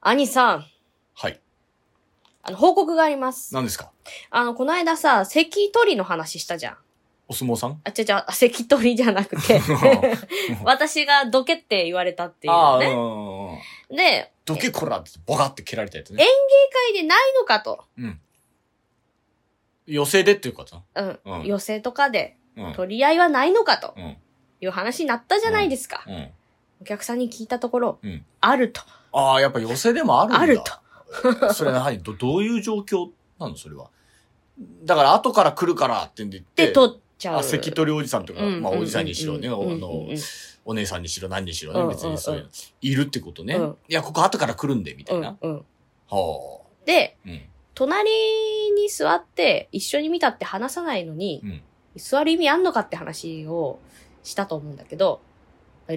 兄さん、はい。あの、報告があります。何ですかあの、この間さ、関取りの話したじゃん。お相撲さん。あ、違う違う、あ関取りじゃなくて私がどけって言われたっていうああ、のね。うんうんうん。で、どけこらってボカって蹴られたやつえね。議会でないのかと。うん。寄せでっていうことうん。うん予選とかでうん。うん。取り合いはないのかとうん。いう話になったじゃないですか。お客さんに聞いたところ、うんあると。ああ、やっぱ寄せでもあるんだ。あると。それは何ど、どういう状況なのそれは。だから、後から来るからってんで言って。で、取っちゃう。あ、関取おじさんとか、うんまあ、おじさんにしろね、うんおあうんのうん、お姉さんにしろ何にしろうんね、別にそういうう、いるってことねうん。いや、ここ後から来るんで、みたういんな。うん。はで、あ。うん。隣に座って一緒に見たって話さないのに、うん座る意味あんのかって話をしたと思うんだけど、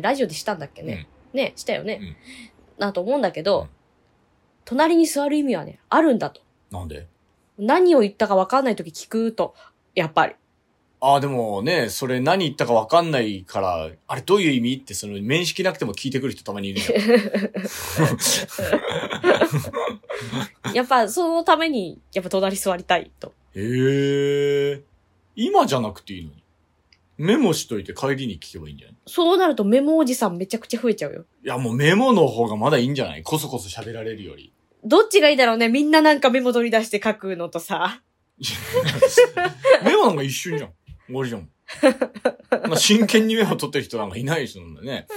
ラジオでしたんだっけね。ね、したよね。うんなと思うんだけど、うん隣に座る意味はね、あるんだと。なんで何を言ったか分かんないとき聞くと、やっぱり。 ああ、でもね、それ何言ったか分かんないから、あれどういう意味って、その、面識なくても聞いてくる人たまにいるじゃん。やっぱそのために、やっぱ隣座りたいと。へえ。今じゃなくていいのに。メモしといて帰りに聞けばいいんじゃないそうなるとメモおじさんめちゃくちゃ増えちゃうよ。いや、もうメモの方がまだいいんじゃないこそこそ喋られるより。どっちがいいだろうねみんななんかメモ取り出して書くのとさ。メモなんか一瞬じゃん。終わりじゃん。まあ真剣にメモ取ってる人なんかいない人なんだね。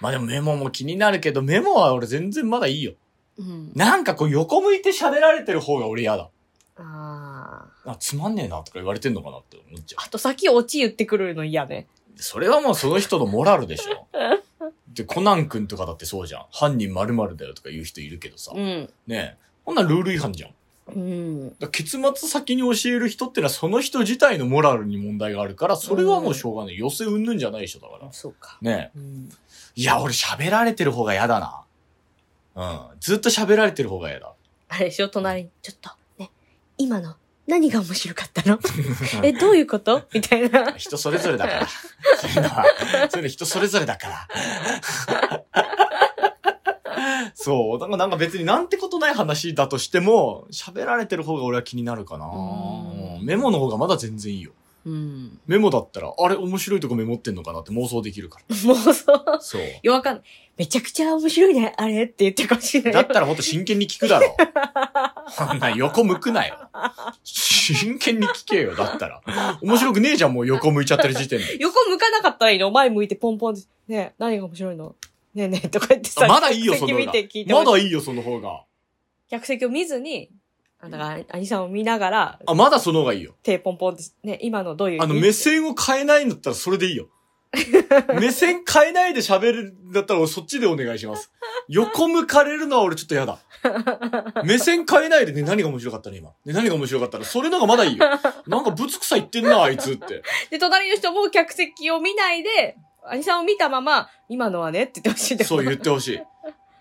まあでもメモも気になるけど、メモは俺全然まだいいよ。うん。なんかこう横向いて喋られてる方が俺嫌だ。ああ。あ、つまんねえなとか言われてんのかなって思っちゃう。あと先オチ言ってくるの嫌ね。それはもうその人のモラルでしょ。で、コナン君とかだってそうじゃん。犯人〇〇だよとか言う人いるけどさ。うん。ねえ。こんなんルール違反じゃん。うん。だから結末先に教える人ってのはその人自体のモラルに問題があるから、それはもうしょうがない。寄せうんぬんじゃないでしょ、だから。そうか。ねえ。うん。いや、俺喋られてる方が嫌だな。うん。ずっと喋られてる方が嫌だ。 あれでしょ隣に。ちょっと、ね。今の、何が面白かったの え、どういうことみたいな。人それぞれ だから。そういうのは、そういうの人それぞれだから。 そう。だからなんか別になんてことない話だとしても、喋られてる方が俺は気になるかな。んうんメモの方がまだ全然いいよ。うん。メモだったら、あれ面白いとこメモってんのかなって妄想できるかもうそう。 ら。そう。よわかんない。めちゃくちゃ面白いね、あれって言ってるかもしれなだいっ。たらもっと真剣に聞くだろ。そんな横向くなよ。真剣に聞けよ、だったら。面白くねえじゃん、もう横向いちゃってる時点で。横向かなかったらいいの前向いてポンポンで。ねえ何が面白いのねえねえとか言ってさ。まだいいよ、そ客席の方見がて聞い。てほましいだいいよ、その方が。客席を見ずに、あだから、兄さんを見ながら、あ、まだその方がいいよ。手ポンポンって、ね、今のどういう意味あの、目線を変えないんだったらそれでいいよ。 目線変えないで喋るんだったら俺そっちでお願いします。横向かれるのは俺ちょっと嫌だ。目線変えないでね、何が面白かったの今。ね、何が面白かったのそれのがまだいいよ。なんかぶつくさ言ってんな、あいつって。で、隣の人も客席を見ないで、兄さんを見たまま、今のはねって言ってほしいんだけどそう言ってほしい。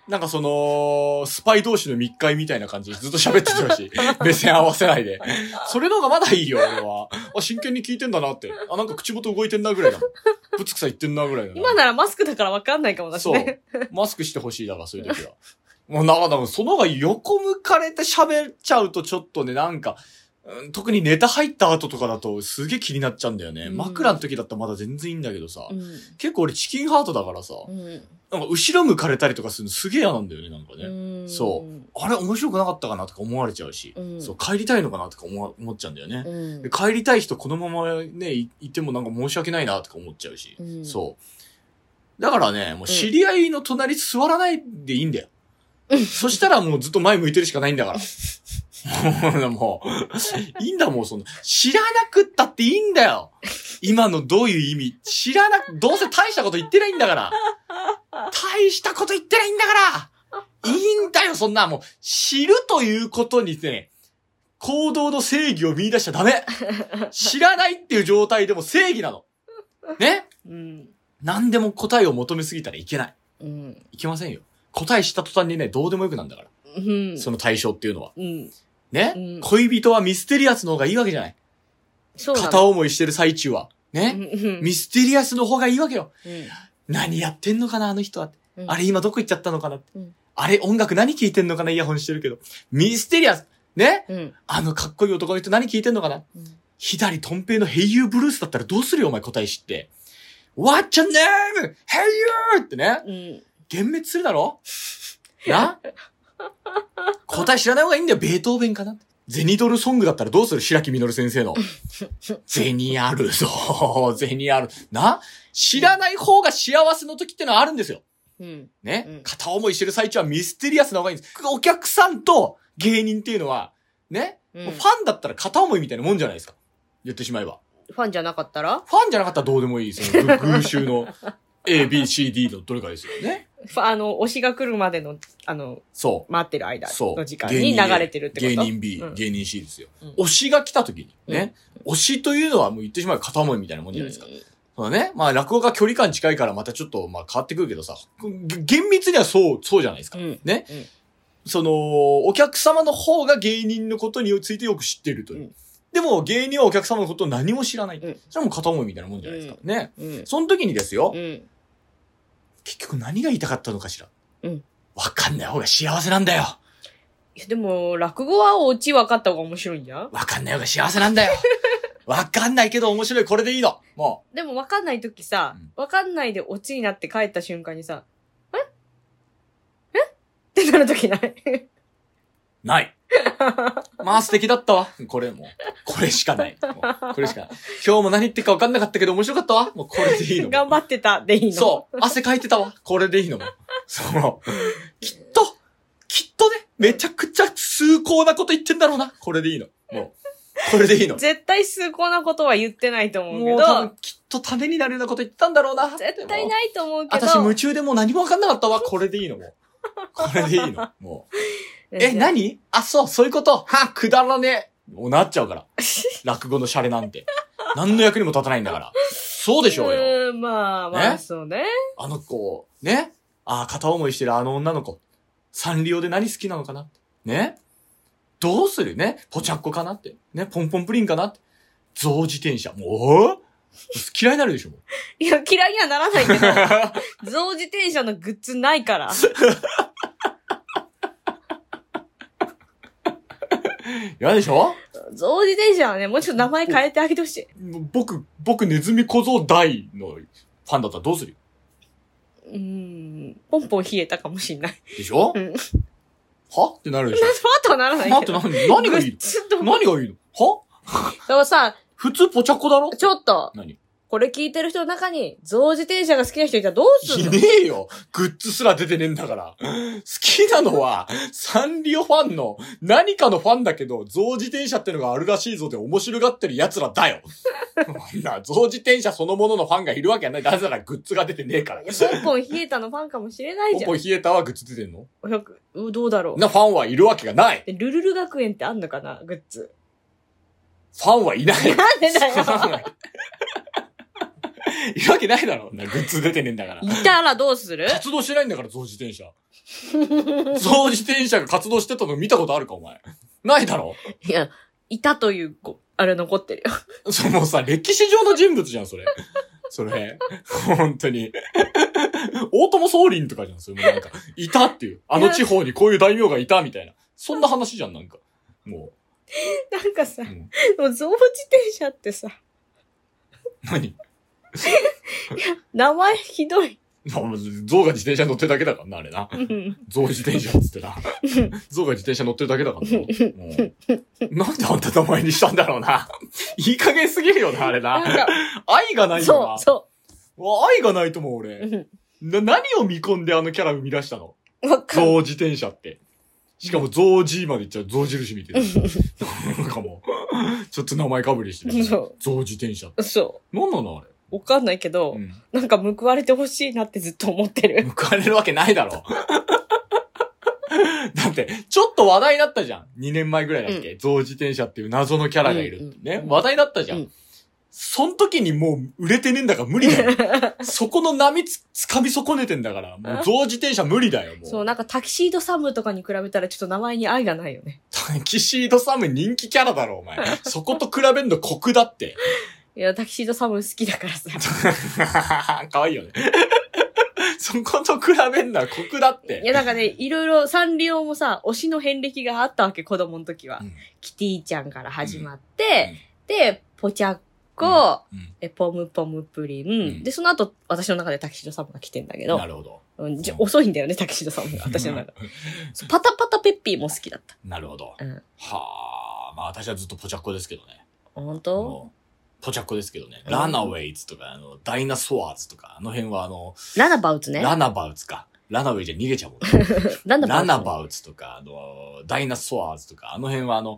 なんかその、スパイ同士の密会みたいな感じでずっと喋っててほしい。目線合わせないで。それの方がまだいいよ、俺は。あ、真剣に聞いてんだなって。あ、なんか口元動いてんなぐらいだもん。ぶつくさ言ってんなぐらいだな。今ならマスクだからわかんないかもだしそうね。。マスクしてほしいだから、そういう時は。 もうな、なんかその方が横向かれて喋っちゃうとちょっとね、なんか、うん特にネタ入った後とかだとすげえ気になっちゃうんだよね。うん枕の時だったらまだ全然いいんだけどさ。うん。結構俺チキンハートだからさ、うん。なんか後ろ向かれたりとかするのすげえ嫌なんだよね、なんかね。うんそあれ面白くなかったかなとか思われちゃうし、うんそう、帰りたいのかなとか思わ思っちゃうんだよね。うん。で帰りたい人このままね、いいてもなんか申し訳ないなとか思っちゃうし、うんそう。だからね、もう知り合いの隣座らないでいいんだよ。そしたらもうずっと前向いてるしかないんだから。 もう、いいんだもうその、知らなくったっていいんだよ。今のどういう意味知らな、どうせ大したこと言ってないんだから。大したこと言ってないんだからいいんだよ、そんな。もう、知るということにね、行動の正義を見出しちゃダメ。知らないっていう状態でも正義なの。ねうん。何でも答えを求めすぎたらいけない。うん。いけませんよ。答えした途端にね、どうでもよくなんだから。うん。その対象っていうのは。うん。ね、うん恋人はミステリアスの方がいいわけじゃない。そうなの片思いしてる最中は。うんね、うんミステリアスの方がいいわけよ。うん何やってんのかな、あの人は。うんあれ今どこ行っちゃったのかなって、うんあれ音楽何聴いてんのかなイヤホンしてるけど。ミステリアスねうん。あのかっこいい男の人何聴いてんのかなうん左とん平のヘイユーブルースだったらどうするよお前答え知って。What's your name? ヘイユーってね。うん。幻滅するだろな答え知らない方がいいんだよ。ベートーベンかなゼニドルソングだったらどうする白木ル先生の。ゼニアルそう、ゼニアル。な知らない方が幸せの時ってのはあるんですよ。うん。ね、うん片思いしてる最中はミステリアスな方がいいんです。お客さんと芸人っていうのは、ね、うんもうファンだったら片思いみたいなもんじゃないですか。言ってしまえば。ファンじゃなかったらファンじゃなかったらどうでもいいですよ。ぐ偶集の A, B, C, D のどれかですよね。ファあの、推しが来るまでの、あの、そ待ってる間う。そう。の時間に流れてるってこと芸人 B、うん芸人 C ですようん。推しが来た時にね、推しというのはもう言ってしまえば片思いみたいなもんじゃないですか。そうだね。まあ落語が距離感近いからまたちょっとまあ変わってくるけどさ、げ厳密にはそう、そうじゃないですか。うんね、うんその、お客様の方が芸人のことについてよく知っているという。うんでも芸人はお客様のことを何も知らない。うんそれはもう片思いみたいなもんじゃないですか。ね。うん。うん。その時にですよ、うん。結局何が言いたかったのかしら。うん。わかんない方が幸せなんだよ。いや、でも、落語はオチ分かった方が面白いんじゃんわかんない方が幸せなんだよ。わかんないけど面白い、これでいいの。もでも分かんない時さうん、分かんないでオチになって帰った瞬間にさ、ええってなる時ないう、ない。まあ素敵だったわ。これもう。これしかない。もうこれしかない。今日も何言ってるかわかんなかったけど面白かったわ。もうこれでいいの。頑張ってたでいいのそう。汗かいてたわ。これでいいの。そう。きっと、きっとね、めちゃくちゃ崇高なこと言ってんだろうな。これでいいの。もう。これでいいの。絶対崇高なことは言ってないと思うけもう多分ど、きっとためになるようなこと言ったんだろうな。絶対いないと思うけど、私夢中でもう何もわかんなかったわ。これでいいの、もう。これでいいの、もう。え、何あ、そう、そういうこと。は、くだらねえ。もうなっちゃう から。落語のシャレなんて。何の役にも立たないんだから。そうでしょうよ。うーんまあまあ、ねそうね。あの子、ね。あ、片思いしてるあの女の子。サンリオで何好きなのかなね。どうするね。ポチャッコかなって。ね。ポンポンプリンかなって。象自転車。もうおー、嫌いになるでしょ、も う。いや、嫌いにはならない けど、象自転車のグッズないから。嫌でしょ象自転車はね、もうちょっと名前変えてあげてほしい。僕、僕、ネズミ小僧大のファンだったらどうするうーん、ポンポン冷えたかもしんない。でしょ、うんはってなるでしそうとはならょない待っけて、ど。何、何がいグいッズとの何がいいのはでもさ、普通ポチャコだろちょっと、何いこれ聞いてる人の中に、象自転車が好きな人いたらどうすん のねえよグッズすら出てねえんだから。好きなのは、サンリオファンの何かのファンだけど、象自転車ってのがあるらしいぞで面白がってる奴らだよ。そんな、象自転車そのもののファンがいるわけはない。だからグッズが出てねえからい。やポンポン冷えたのファンかもしれないポじゃ ポん。冷えたはグッズ出てんのよくうんどうだろう。なファンはいるわけがない。でルルル学園ってあんのかなグッズ。ファンはいない。 なんでだよ。いるわけないだろ。なグッズ出てねえんだからい。たらどうする 活動してないんだから、増自転車。 増自転車が活動してたの見たことあるか、お前。ないだろ。いや、いたという、こあれ残ってるよ。それもうさ、歴史上の人物じゃん、それ。それ。本当に。大友総林とかじゃん、それもうなんか。いたっていう。あの地方にこういう大名がいた、みたいな。そんな話じゃん、なんか。も なんかさ、う。うもんう象自転車ってさ、何名前ひどい。まあ、象が自転車に乗ってるだけだからな、あれ な。うん象自転車っつってな。象が自転車乗ってるだけだからな。うんなんであんた名前にしたんだろうな。いい加減すぎるよな、あ れなんな。か、愛がないよそなう、。そわ愛がないと思う、うう俺。ん。な、何を見込んであのキャラ生み出したのわかん象自転車って。しかも象 G までいっちゃう、象印みたいな。なんかもう、ちょっと名前かぶりしてる。そう象自転車。そなんなのあれ。う。わかんないけど、うんなんか報われてほしいなってずっと思ってる。向かれるわけない だろ。だって、ちょっと話題だったじゃん。2年前ぐらいだっけ、象自転車っていう謎のキャラがいるってね。うんうん話題だったじゃん。うんそん時にもう売れてねえんだから無理 だよ。そこの波つ、掴み損ねてんだから、もう象自転車無理だよ、もう。そう、なんかタキシードサムとかに比べたらちょっと名前に愛がないよね。タキシードサム人気キャラだろ、 お前。そこと比べんの酷だって。 いや、タキシードサム好きだからさ。かわいいよね。 そこと比べんな、酷だっいて。や、なんかね、いろいろサンリオもさ、推しの遍歴があったわけ、子供の時は。うんキティちゃんから始まって、で、ポチャッコ、うんえポムポムプリン、んで、その後、私の中でタキシードサムが来てんだけどな、るほど。うんじゃ遅いんだよね、タキシードサムが、私の中で。そうパタパタペッピーも好きだった。なるほど。うん。はあ、まあ私はずっとポチャッコですけどね。本当もうポチャッコですけどね。うんラナウェイズとか、あの、ダイナソアーズとか、あの辺はあの、ラナバウツね。ラナバウツか。ラナウェイじゃ逃げちゃうもんね。 ラナラバウツね、ナバウツとか、あの、ダイナソアーズとか、あの辺はあの、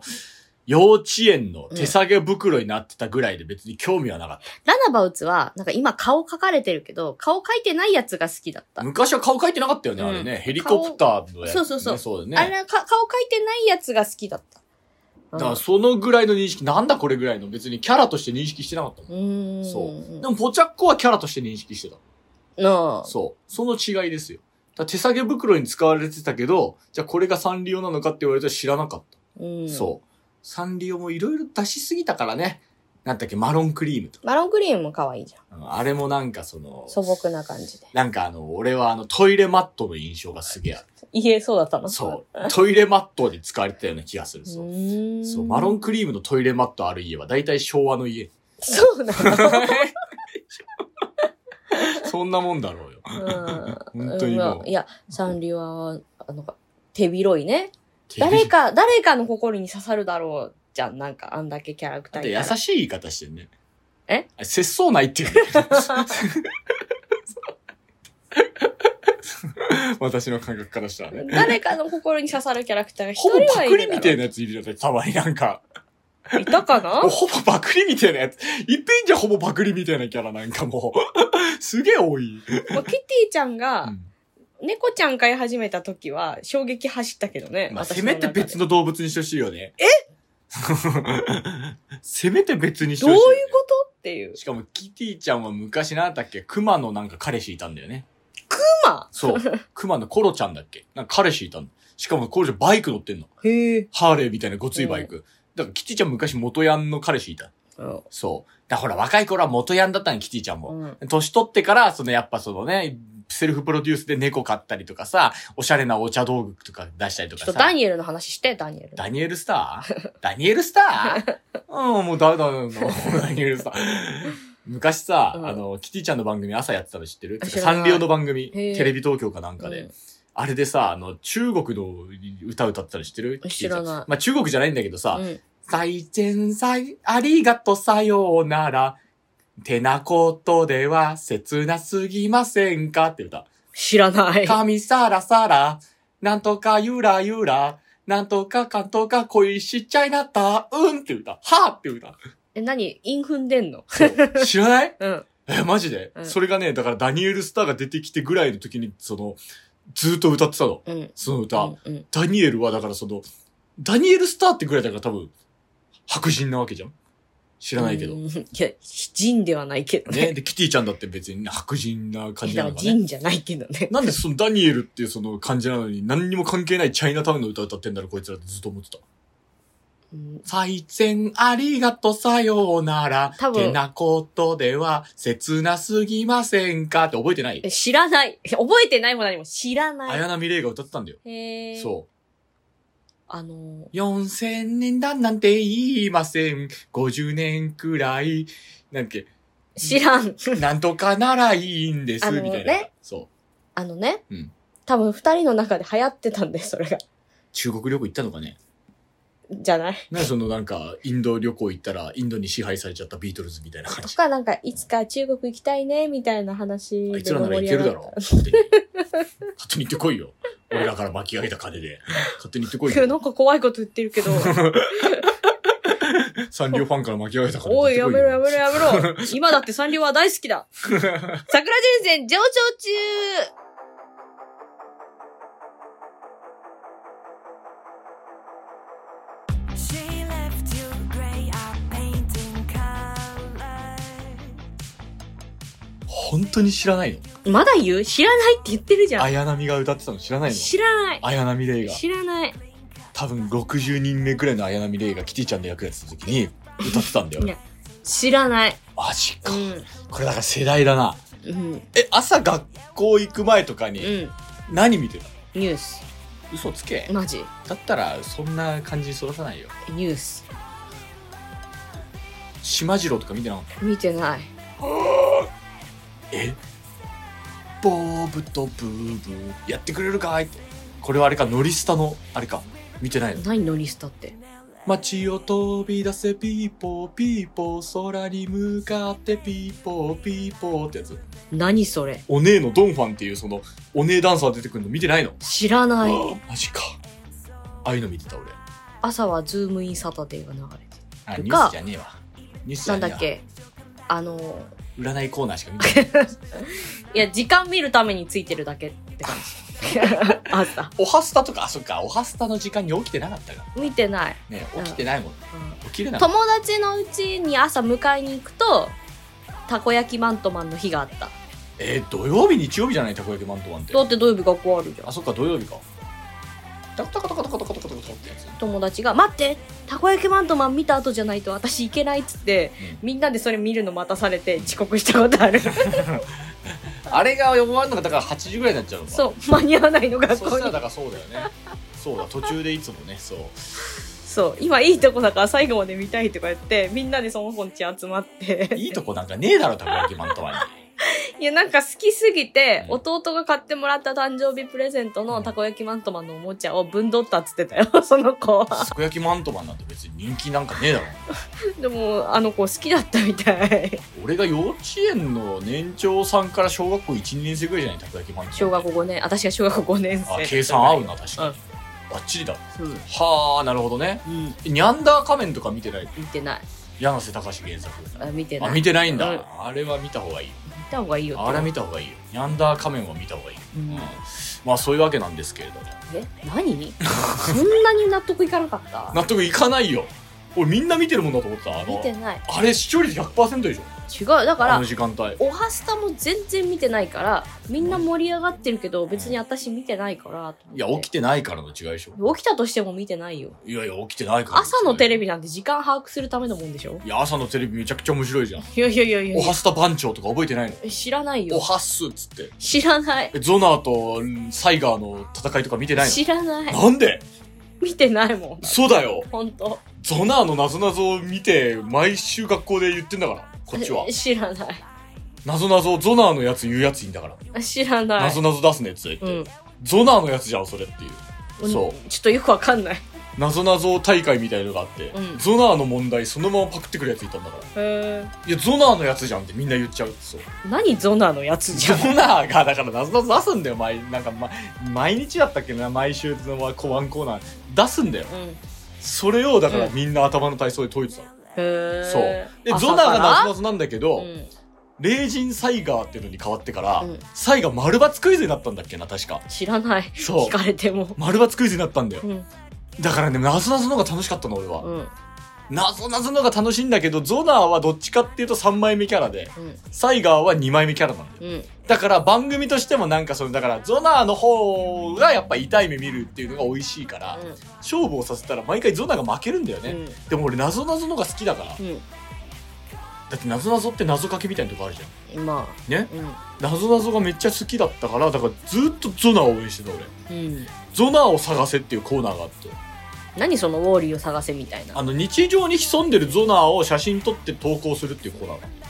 幼稚園の手提げ袋になってたぐらいで別に興味はなかった。ラナバウツは、なんか今顔描かれてるけど、顔描いてないやつが好きだった。昔は顔描いてなかったよね、うんあれね。ヘリコプターのやつ、ね。そうそうそうそうだよね。あれか、顔描いてないやつが好きだった。うんだからそのぐらいの認識、なんだこれぐらいの別にキャラとして認識してなかったもん。うーん。そでう。も、ポチャッコはキャラとして認識してた。のそう。その違いですよ。だから手提げ袋に使われてたけど、じゃあこれがサンリオなのかって言われたら知らなかった。うん。そう。サンリオもいろいろ出しすぎたからね。なんだっけ、マロンクリームとか。マロンクリームも可愛いじゃん。うんあれもなんかその、素朴な感じで。なんかあの、俺はあの、トイレマットの印象がすげえある。言えそうだったのそう。トイレマットで使われてたような気がする。うそう。ーん。そう、マロンクリームのトイレマットある家は大体昭和の家。 そうなの。そんなもんだろうよ。うん。本当にもううんいや、サンリオは、あの、手広いね。手広い誰か、誰かの心に刺さるだろうじゃん。なんか、あんだけキャラクタだっーていたら優し い言い方してんね。えあ節操ないって言うね 私の感覚からしたらね。誰かの心に刺さるキャラク ターが一ほ人ぼはいるだろう。パクリみたいなやついるじゃん。たまになんか。いたかなもう ほぼパクリみたいなやつ。いっぺんじゃほぼパクリみたいなキャラなんかもう。 すげえ多い。まあ、キティちゃんうがん猫ちゃん飼い始めた時は衝撃走ったけどね。まあ、私せのめ中てで別の動物にしてほしいよね。え せめて別にしてどうほいうしいよね、ことっていう。しかも、キティちゃんは昔なんだっけ熊のなんか彼氏いたんだよね。熊 そう。熊のコロちゃんだっけなんか彼氏いたの。しかもコロちゃんバイク乗ってんの。へえ。ハーレーみたいなごついバイク。だからキティちゃん昔元ヤンの彼氏いた。うんそう。だからほら若い頃は元ヤンだったのキティちゃんも。うん年取ってから、そのやっぱそのね、セルフプロデュースで猫買ったりとかさ、おしゃれなお茶道具とか出したりとちょかっさ。とダニエルの話して、ダニエル。ダニエルスターダニエルスター うん、もうダメだだダニエルスター。昔さ、うんあの、キティちゃんの番組朝やってたの知ってる知らないサンリオの番組、へーテレビ東京かなんかで。うんあれでさ、あの、中国の歌歌ってたの知ってる知らないキティちゃんまあ、中国じゃないんだけどさ、うん最前最、ありがとさようなら、てなことでは切なすぎませんかって歌。知らない。神さらさら、なんとかゆらゆら、なんとかかんとか恋しちゃいなった、うんって歌、はーって歌。え、何インフンでんのそう知らないうん。え、マジで、うんそれがね、だからダニエル・スターが出てきてぐらいの時に、その、ずーっと歌ってたの。うん。その歌。うんうん。ダニエルはだからその、ダニエル・スターってぐらいだから多分、白人なわけじゃん知知らないけど。いや、人ではないけどね。ね。で、キティちゃんだって別に白人な感じだなからのかね。人じゃないけどね。なんでそのダニエルっていうその感じなのに何にも関係ないチャイナタウンの歌歌ってんだろうこいつらってずっと思ってた。うん最前ありがとさようなら。多分てなことでは切なすぎませんかって覚えてないえ知らない。覚えてないも何も知らない。綾波レイが歌ってたんだよ。へえ。う。そう。あの4000年だなんて言いません。50年くらい。なんだっけ、ー、知らん。 なんとかならいいんです、あのみたいなね。そう。あのね、うん多分二人の中で流行ってたんだよ、それが。中国旅行行ったのかねじゃないなんでそのなんか、インド旅行行ったら、インドに支配されちゃったビートルズみたいな感と じ。か、なんか、いつか中国行きたいね、みたいな話あでいつらならいけるだろ う。勝手に。勝手に行ってこいよ。俺らから巻き上げた金で。勝手に行ってこい盛り上がったなよ。んか怖いこと言ってる けど、サンリオファンから巻き上げた金で。おい、やめろやよ。めろやめろ。今だってサンリオは大好き だ。桜前線上昇中本当に知らないのまだ言う知らないって言ってるじゃん。綾波が歌ってたの知らないの知らない。綾波レイが。知らない。多分60人目くらいの綾波レイがキティちゃんの役やってた時に歌ってたんだよ。ね知らない。マジかう。ん。これだから世代だな。うん。え、朝学校行く前とかうにん。何見てたのニュース。嘘つけ。マジ。だったらそんな感じに育たないよ。ニュース。島次郎とか見てなかった見てない。えボブとブーブーやってくれるかいって。これはあれか、ノリスタの、あれか。見てないの何ノリスタって。街を飛び出せピーポーピーポー空に向かってピーポーピーポーってやつ。何それ。お姉のドンファンっていうその、お姉ダンサー出てくるの見てないの知らない。マジか。ああいうの見てた俺。朝はズームインサタデーが流れてるあ、とかニュースじゃねえわ。ニュースじなゃんねえだわっけあのー、占いコーナーしか見 てない。いや、時間見るためについてるだけって感 じ。朝。おはスタとか、あ、そっか、おはスタの時間に起きてなかったから。見てない。ね起きてないもうん。ん起きれなかっ友達のうちに朝迎えに行くと、たこ焼きマントマンの日があった。た。えー、土曜日、日曜日じゃないたこ焼きマントマンってだ。って土曜日学校あるじゃんあ、。そっか、土曜日か。タコタコタコタコタコタコタコってやつ。友達が「待ってたこ焼きマントマン見た後じゃないと私行けない」っつって、うみんなでそれ見るの待たされて遅刻したことあ るあれが終わるのが、だから8時ぐらいになっちゃうのか。そう間に合わないの学そ校したら、にだからそうだよね。そうだ、途中でいつもね、そう。そう今いいとこだから最後まで見たいとか言ってみんなでその子んち集まっていいとこなんかねえだろ、たこ焼きマントマンに。いやなんか好きすぎて、うん弟が買ってもらった誕生日プレゼントのたこ焼きマントマンのおもちゃをぶんどったっつってたよ その子はたこ焼きマントマンなんて別に人気なんかねえだろ。でもあの子好きだったみたい俺が幼稚園の年長さんから小学校1、2年生ぐらいじゃない、たこ焼きマント小マン。学校5年私が小学校5年あ生、計算合うな、確かうんに。バッチリだ。うんはあ、なるほどね。うんニャンダー仮面とか見てない見てない柳瀬隆史原作。あ見てないあ、見てないんうんだ。あれは見た方がいいよ。見た方がいいよってあれは見た方がいいよ。ニャンダー仮面は見た方がいいよ。ううんん。まあそういうわけなんですけれども。え何そんなに納得いかなかった納得いか ないよ。俺みんな見てるもんだと思ってた。あ見のて、ないあれ視聴率100%でしょ。違うだかあらの時間帯。おはスタも全然見てないからみんな盛り上がってるけど別に私見てないからと思っいてや、起きてないからの違いでしょ。起きたとしても見てないよいやいや、起きてないから。朝のテレビ。なんて時間把握するためのもんでしょいや、朝のテレビめちゃくちゃ面白いじゃん。いやいやいやいやおはスタ番長とか覚えてないの知らないおよはっすっつって。知らないえゾナーとうんサイガーの戦いとか見てない知らないのなんで見てないもんそうだよ。本当。ゾナーの謎々を見て、毎週学校で言ってんだから、こっちは知らない謎々をゾナーのやつ言うやついんだから。知らない謎々出すねっつってう言んって、ゾナーのやつじゃん、それっていう。そうんちょっとよくわかんないへ謎々大会みたいのがあって、うんゾナーの問題そのままパクってくるやついたんだから。えいや、ゾナーのやつじゃんってみんな言っちゃう。そう。何ゾナのやつじゾゃんナーが、だから謎々出すんだよ、毎、なんか、ま、毎日だったっけな、毎週のコワンコーナー。出すんだよ。うんへそれを、だからうんみんな頭の体操で解いてたの。えそう。で、ゾナーが謎々なんだけど、うんレイジンサイガーっていうのに変わってから、うんサイガー丸抜クイズになったんだっけな、確か。知らないそう聞かれても丸抜クイズになったんだよう。んだからね、なぞなぞの方が楽しかったの、俺うは。んなぞなぞの方が楽しいんだけど、ゾナーはどっちかっていうと3枚目キャラで、うんサイガーは2枚目キャラなんだよ。うんだから番組としてもなんかその、だからゾナーの方がやっぱ痛い目見るっていうのが美味しいから、勝負をさせたら毎回ゾナーが負けるんだようね。んでも俺、なぞなぞのが好きだから。だってなぞなぞって謎かけみたいなとこあるじゃん。うんまあねうなぞなぞがめっちゃ好きだったから、だからずっとゾナーを応援してた俺。んうんゾナーを探せっていうコーナーがあって、何そのウォーリーを探せみたいなあの日常に潜んでるゾナーを写真撮って投稿するっていうコーナーがあって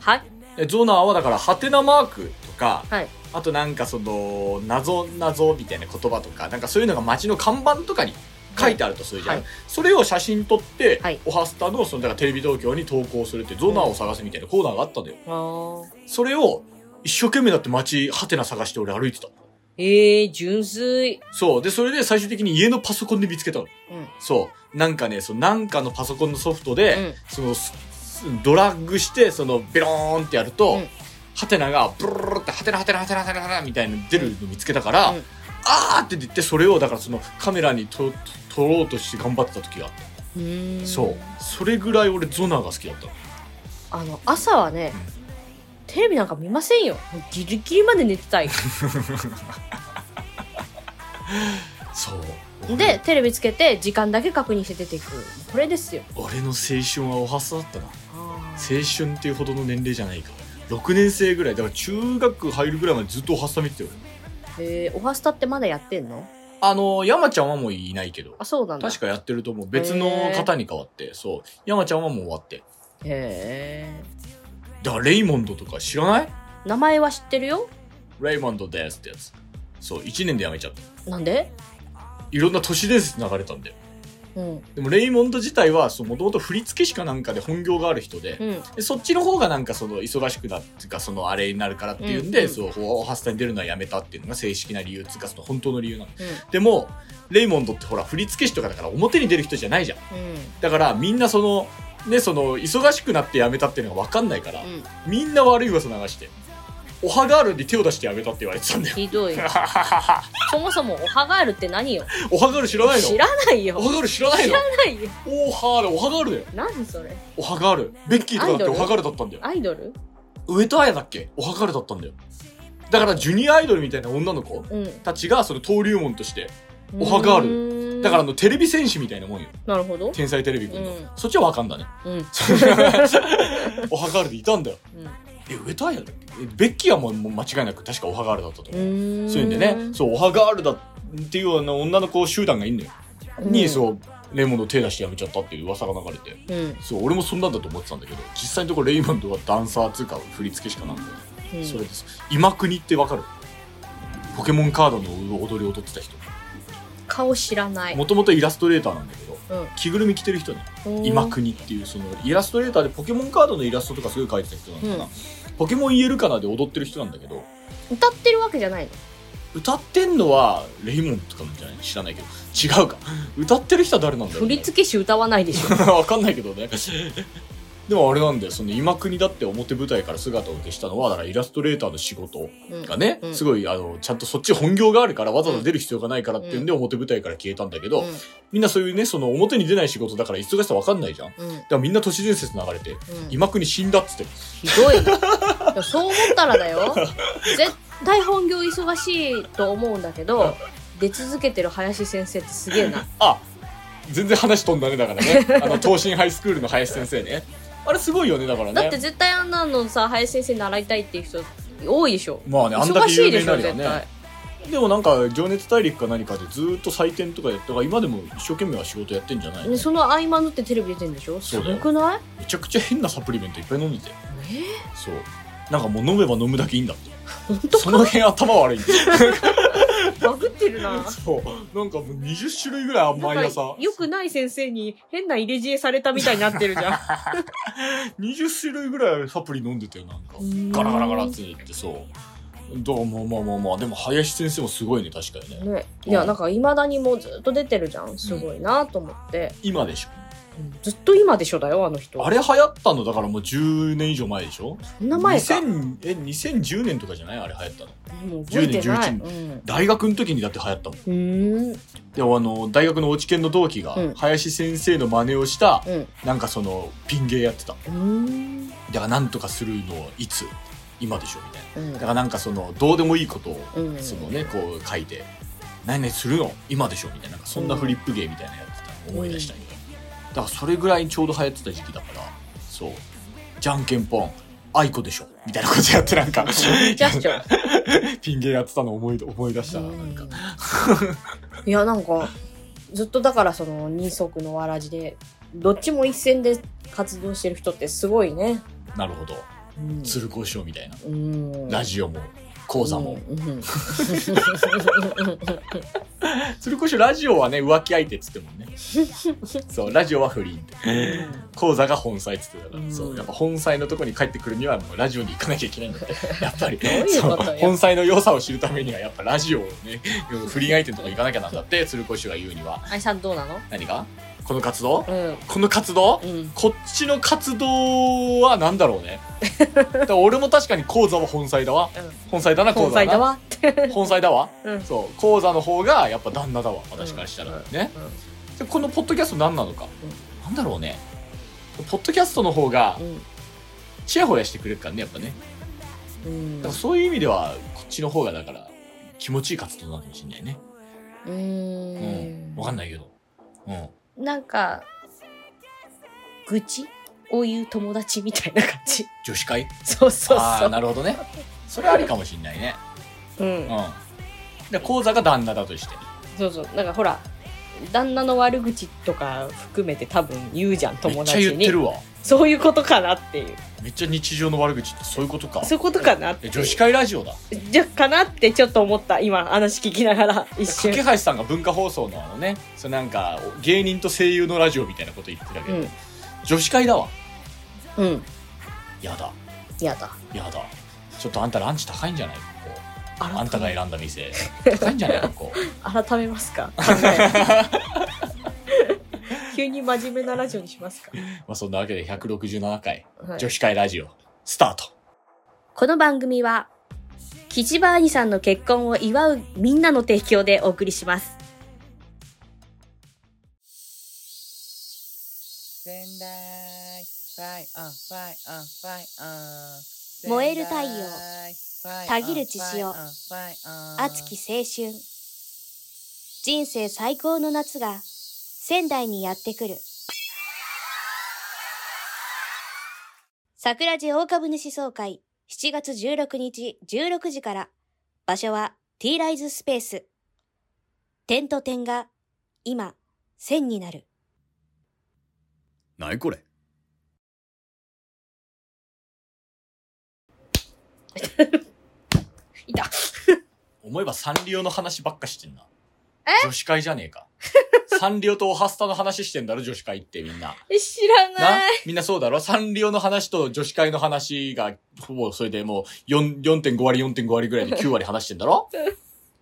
はいでゾナーはだからハテナマークとか、はいあとなんかその謎謎みたいな言葉とか、なんかそういうのが街の看板とかに書いてあるとするじゃん。はいそれを写真撮って、はいオハスタのそのだからテレビ東京に投稿するってゾナーを探せみたいなコーナーがあったんだよ。あーそれを一生懸命だって街ハテナ探して俺歩いてた。ええ純粋そう。で、それで最終的に家のパソコンで見つけたの。うんそう。なんかね、そのなんかのパソコンのソフトで、うんその、すすドラッグして、その、ベローンってやると、うんハテナが、ブルルルって、ハテナハテナハテナハテナハテナみたいなの出るの見つけたから、うんあーって言って、それを、だからその、カメラにとと撮ろうとして頑張ってた時があった。うーんそう。それぐらい俺、ゾナーが好きだったの。あの朝はねテレビなんか見ませんよもうギリギリまで寝て たいそう。でテレビつけて時間だけ確認して出てくるこれですよ俺、俺の青春はおはスタだったな。あー青春っていうほどの年齢じゃないか。 6年生ぐらいだから中学入るぐらいまでずっとおはスタ見てたよへえおはスタってまだやってんのあの山ちゃんはもういないけどあそうなんだ確かやってると思う別の方に変わってそう山ちゃんはもう終わってへえだからレイモンドとか知らない名前は知ってるよレイモンドですってやつそう1年で辞めちゃったなんでいろんな都市伝説流れたんだようんでもレイモンド自体はもともと振り付け師かなんかで本業がある人で、うんでそっちの方がなんかその忙しくなっていうかそのあれになるからっていうんで、うんうんそうオハスタに出るのはやめたっていうのが正式な理由っていうかその本当の理由なのでもレイモンドってほら振り付け師とかだから表に出る人じゃないじゃんうんだからみんなそのねその忙しくなってやめたっていうのが分かんないから、うんみんな悪い噂流してオハガールに手を出してやめたって言われてたん だよひど いそもそもオハガールって何よオハガール知らないの知らないよオハガール知らない知のらないよオハールオハガールだよ何それオハガールベッキーとかだっアてイドオルハガールだったんだよアイドル上戸彩だっけおはかるだったんだよだからジュニアアイドルみたいな女の子うんたちがその登竜門としてオハガールルだからあのテレビ戦士みたいなもんよなるほど天才テレビくんの、うんそっちはわかん だねうんうんおはガールでいたんだよえ上戸彩だっけえベッキーはもうもう間違いなく確かおはガールだったと思う、うんそういうんでねそうおはガールだっていうような女の子集団がいんのよ、うんにそうレイモンド手出してやめちゃったっていう噂が流れてうんうんそう俺もそんなんだと思ってたんだけど実際のところレイモンドはダンサーつうか振り付けしかなんだよそれです。今国ってわかるポケモンカードの踊りを踊ってた人。顔知らないもともとイラストレーターなんだけど、うん着ぐるみ着てる人ね。今国っていう、そのイラストレーターでポケモンカードのイラストとかすごい描いてた人なのかな。うんポケモン言えるかなで踊ってる人なんだけど、歌ってるわけじゃないの歌ってんのはレイモンとかなんじゃない知らないけど。違うか。歌ってる人は誰なんだろう振ね、り付け師歌わないでし ょわかんないけどね。でもあれなんだよ、その今国だって表舞台から姿を消したのは、だからイラストレーターの仕事。うんがね、うんすごいあのちゃんとそっち本業があるからわざわざ出る必要がないからっていうんで表舞台から消えたんだけど、うみんなそういうねその表に出ない仕事だから忙しさわかんないじゃんだかんうんらみんな都市伝説流れてうん今国死んだっつってひどいいやそう思ったらだよ絶対本業忙しいと思うんだけど出続けてる林先生ってすげえなあ全然話飛んだねだからね あの東進ハイスクールの林先生ねあれすごいよねだからだってね絶対あんなのさ林先生に習いたいっていう人多いでしょまあねあんだ忙けし有いで名にしなょるよ絶ね対でもなんか「情熱大陸」か何かでずーっと採点とかやったから今でも一生懸命は仕事やってんじゃないのねその合間縫ってテレビ出てるんでしょすそうだよごくないめちゃくちゃ変なサプリメントいっぱい飲んでてえそうなんかもう飲めば飲むだけいいんだってその辺頭 悪いんだよーバグってるなそう。なんかもう20種類ぐらい 毎なん朝か。良くない先生に変な入れ知恵されたみたいになってるじゃん 20種類ぐらいサプリ飲んでたよ、なんかう。んガラガラガラって言って、そう。どうもまあまあまあまあ、でも林先生もすごいね、確かにね。ね、うんいやなんかいまだにもうずっと出てるじゃんすごいなと思って、今でしずっと今でしょだよあの人ょ。あれ流行ったのだからもう10年以上前でしょそんな前か2000え、2010年とかじゃないあれ流行ったの。もう覚えてない10年うん大学の時にだって流行ったもん。うーんでもあの、大学の落研の同期がうん、林先生の真似をした、うんうなんかその、ピン芸やってた。ーんだからなんとかするのはいつ今でしょみたいな。うんだからなんかそのどうでもいいことをうんそのねこう書いて「何々するの今でしょ」みたいななんかそんなフリップ芸みたいなのやってたの思い出したりだからそれぐらいちょうど流行ってた時期だからそう「じゃんけんぽん」あいこでしょみたいなことやってな んかめちゃくちゃ ピン芸やってたの思い思い出したななんかいやなんかずっとだからその二足のわらじでどっちも一線で活動してる人ってすごいね、なるほどうん、鶴光師匠みたいなうんラジオも講座もうんうん鶴光師匠ラジオはね浮気相手っつっても んねそうラジオは不倫って講座が本妻っつってたから、うんそうやっぱ本妻のとこに帰ってくるにはもうラジオに行かなきゃいけないんだって やっぱりどういうそことよう本妻の良さを知るためにはやっぱラジオをね不倫相手のとこ行かなきゃなんだって鶴子氏が言うには愛さんどうなの何かこの活動うんこの活動うんこっちの活動は何だろ うねだから俺も確かに講座は本妻だわ本妻だな講本座は妻だなわ本妻だわうんそう講座の方がやっぱ旦那だわ私からしたら、うんねでこのポッドキャスト何なのか、うなんだろうねポッドキャストの方がうんチヤホヤしてくれるからねやっぱねうんだからそういう意味ではこっちの方がだから気持ちいい活動なのかもしれないねううーんんわかんないけどうんなんか愚痴を言う友達みたいな感じ。女子会そうそうあそあ、なるほどね。それありかもしんないね。う。う。うんん。で、講座が旦那だとして。そうそう。なんかほら、旦那の悪口とか含めて多分言うじゃん、めっ友ちゃ達に。言ってるわ。そういうことかなっていう。めっちゃ日常の悪口ってそういうことか。そういうことかなってえいう。女子会ラジオだ。じゃ、かなってちょっと思った。今、話聞きながら、一架瞬。橋さんが文化放送のあのね、そのなんか芸人と声優のラジオみたいなこと言ってたけうど、ん。女子会だわ。うん。やだ、やだ。やだ。ちょっとあんたランチ高いんじゃないここ改めあんたが選んだ店。高いんじゃないここ。改めますか考 え急に真面目なラジオにしますか、まあそんなわけで167回、はい女子会ラジオ、スタート。この番組は吉場兄さんの結婚を祝うみんなの提供でお送りします仙台ファイアンファイアンファイアン燃える太陽たたぎる血潮熱き青春人生最高の夏が仙台にやってくる桜地大株主総会7月16日16時から場所は T ライズスペース点と点が今線になるないこれ いた思えばサンリオの話ばっかしてんな。女子会じゃねえ か。サンリオとオハスタの話してんだろ、女子会ってみんな。知らなないみんなそうだろサンリオの話と女子会の話が、ほぼそれでもう4 4.5割、4.5割ぐらいで9割話してん だろ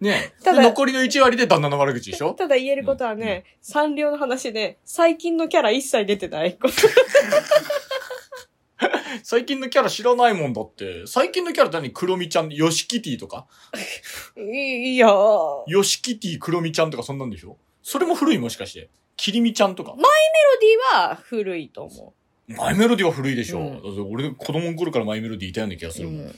ねえ。たでだ残りの1割で旦那の悪口でしょただ言えることはね、サンリオの話で、最近のキャラ一切出てないこと。最近のキャラ知らないもんだって。最近のキャラって何クロミちゃん、ヨシキティとかいいやー。メロヨシキティ、クロミちゃんとかそんなんでしょそれも古いもしかして。キリミちゃんとか。ディは古いと思マイメロディは古いでしょ、うんだって俺子供の頃からマイメロディいたような気がすう。るもん。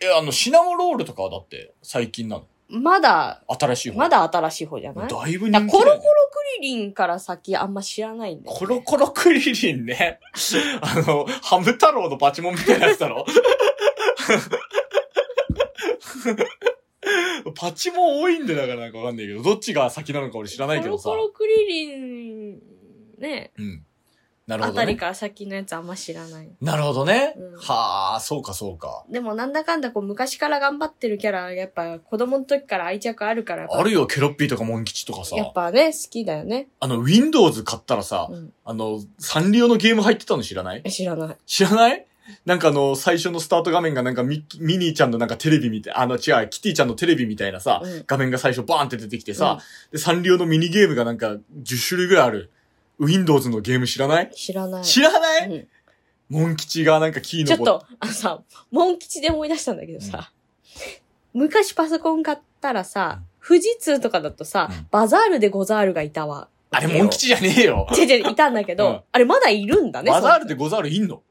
え、あの、シナモロールとかはだって最近なのまだ、新しい方。まだ新しい方じゃないだいぶ人気だからだよねコロコロクリリンから先あんま知らないんだよコロコロクリリンね。 あの、ハム太郎のパチモンみたいなやつだろ。 パチモン多いんでだからなんかわかんないけど、どっちが先なのか俺知らないけコどロさ。コロクリリン、ね、うん。なるあほたどりね。から先のやつあんま知らない。なるほどね。うんはあ、そうかそうか。でもなんだかんだこう昔から頑張ってるキャラ、やっぱ子供の時から愛着あるから、あるよ、ケロッピーとかモン吉とかさ。やっぱね、好きだよね。あの、Windows 買ったらさ、うんあの、サンリオのゲーム入ってたの知らない知らない。知らないなんかあの、最初のスタート画面がなんかミミニーちゃんのなんかテレビみたい、あの違う、キティちゃんのテレビみたいなさ、うん画面が最初バーンって出てきてさ、で、サンリオのミニゲームがなんか10種類ぐらいある。Windows のゲーム知らない、知らない。知らない、うんモン吉がなんかキーちょのっボと、あのさ、モン吉で思い出したんだけどさ、昔パソコン買ったらさ、富士通とかだとさ、うんバザールでゴザールがいた わ。あれモン吉じゃねえよ。違う違う、いたんだけど、うんあれまだいるんだね。バザールでゴザールいんの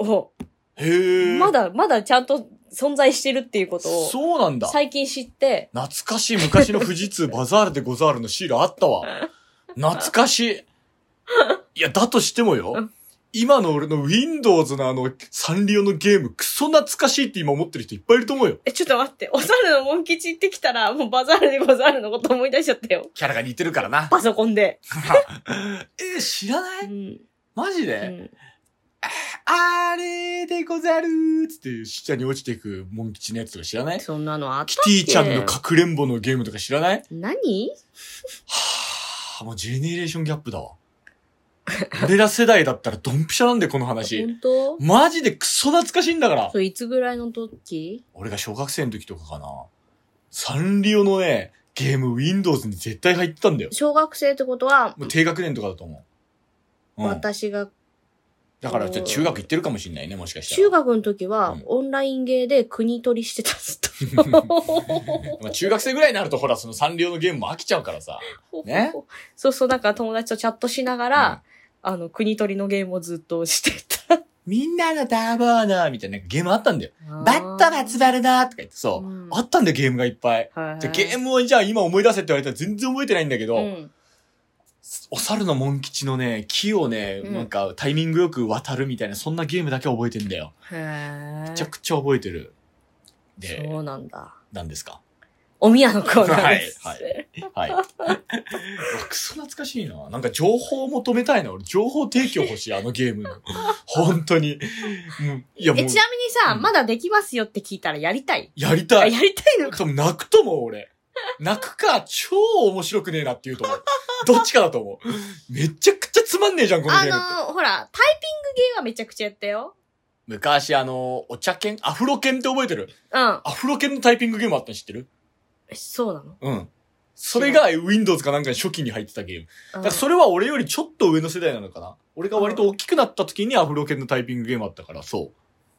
そのおへえ。まだ、まだちゃんと存在してるっていうことを、そうなんだ。最近知って、懐かしい昔の富 士通バザールでゴザールのシールあったわ。懐かしい。いや、だとしてもよ。今の俺の Windows のあのサンリオのゲーム、クソ懐かしいって今思ってる人いっぱいいると思うよ。え、ちょっと待って、お猿のモン吉行ってきたら、もうバザールでゴザールのこと思い出しちゃったよ。キャラが似てるからな。パソコンで。えー、知らなういん。マジで、うんあれでござるーつって下に落ちていくモン吉のやつとか知らないそんなのあったキっけティちゃんのかくれんぼのゲームとか知らない何はあ、もうジェネレーションギャップだわ。俺ら世代だったらドンピシャなんでこの話。本当マジでクソ懐かしいんだからそ。れいつぐらいの時俺が小学生の時とかかな。サンリオのね、ゲーム Windows に絶対入ってたんだよ。小学生ってことは、もう低学年とかだと思う。うん。私が、だからじゃあ中学行ってるかもしんないね、もしかしたら。中学の時はうん、オンラインゲーで国取りしてたずっと。まあ中学生ぐらいになるとほら、そのサンリオのゲームも飽きちゃうからさ。 ねそうそう、なんか友達とチャットしながら、あの、国取りのゲームをずっとしてた。みんなのダーボーナーみたいなゲームあったんだよ。バッタバツバルだーとか言ってそううんあったんだよ、ゲームがいっぱい。はいはい。じゃあゲームをじゃあ今思い出せって言われたら全然覚えてないんだけど、うんお猿のモン吉のね、木をね、うんなんかタイミングよく渡るみたいな、そんなゲームだけ覚えてんだよ。へめちゃえ。くちゃ覚えてる。で、そうなんだ。なんですかお宮のコーナーです。はいはい。 うわクソ懐かしいな。なんか情報を求めたいな。俺、情報提供欲しい、あのゲームの。本当に。うん、いや、もうえ、ち、なみにさ、うんまだできますよって聞いたらやりたいやりあたい。やりたいのか。多分泣くと思う、俺。泣くか、超面白くねえなって言うと思う。どっちかだと思う。めちゃくちゃつまんねえじゃん、このあゲームって。のー、ほら、タイピングゲーはめちゃくちゃやったよ。昔、あの、お茶犬アフロ犬って覚えてるうん。アフロ犬のタイピングゲームあったの知ってるえそうなのうん。それが Windows かなんかに初期に入ってたゲーム。うだんからそれは俺よりちょっと上の世代なのかな俺が割と大きくなった時にアフロ犬のタイピングゲームあったから、そう。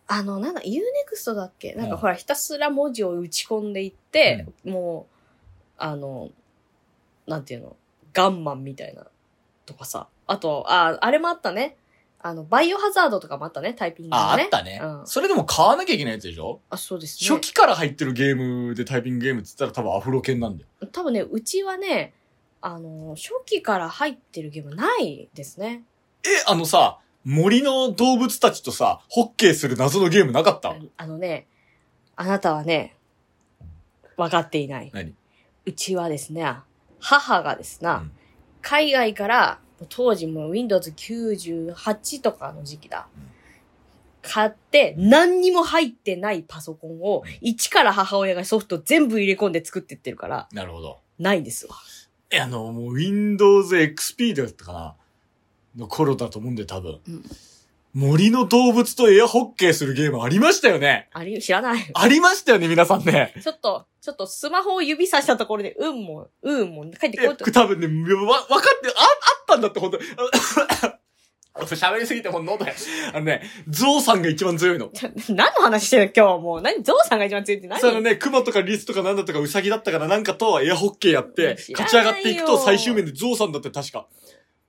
あの、なんだ、Unext だっけなんうかんほら、ひたすら文字を打ち込んでいって、もう、あの、なんていうの、ガンマンみたいな、とかさ。あと、あ、あれもあったね。あの、バイオハザードとかもあったね、タイピングあ、がね。あったね、うんそれでも買わなきゃいけないやつでしょあ、そうですね。初期から入ってるゲームでタイピングゲームって言ったら多分アフロ犬なんだよ。多分ね、うちはね、あの、初期から入ってるゲームないですね。え、あのさ、森の動物たちとさ、ホッケーする謎のゲームなかったあのね、あなたはね、分かっていない。何うちはですね、母がですな、うん海外から、当時もう Windows98 とかの時期だ。買って、何にも入ってないパソコンを、一から母親がソフト全部入れ込んで作ってってるから、なるほど。ないですわ。え、あの、もう Windows XP だったかなの頃だと思うんで多分、うん森の動物とエアホッケーするゲームありましたよねあれ、知らない。ありましたよね、皆さんね。ちょっと、ちょっとスマホを指さしたところで、うんも、うんも、帰ってこいとえ、。多分ね、わ、わかって、あ、あったんだっ て、本当に。あ俺喋りすぎて、もう喉や。あのね、ゾウさんが一番強いの。何の話してるの今日もう。何ゾウさんが一番強いって何そのね、クマとかリスとかなんだとかウサギだったかななんかとエアホッケーやって、知らないよ勝ち上がっていくと最終面でゾウさんだって確か。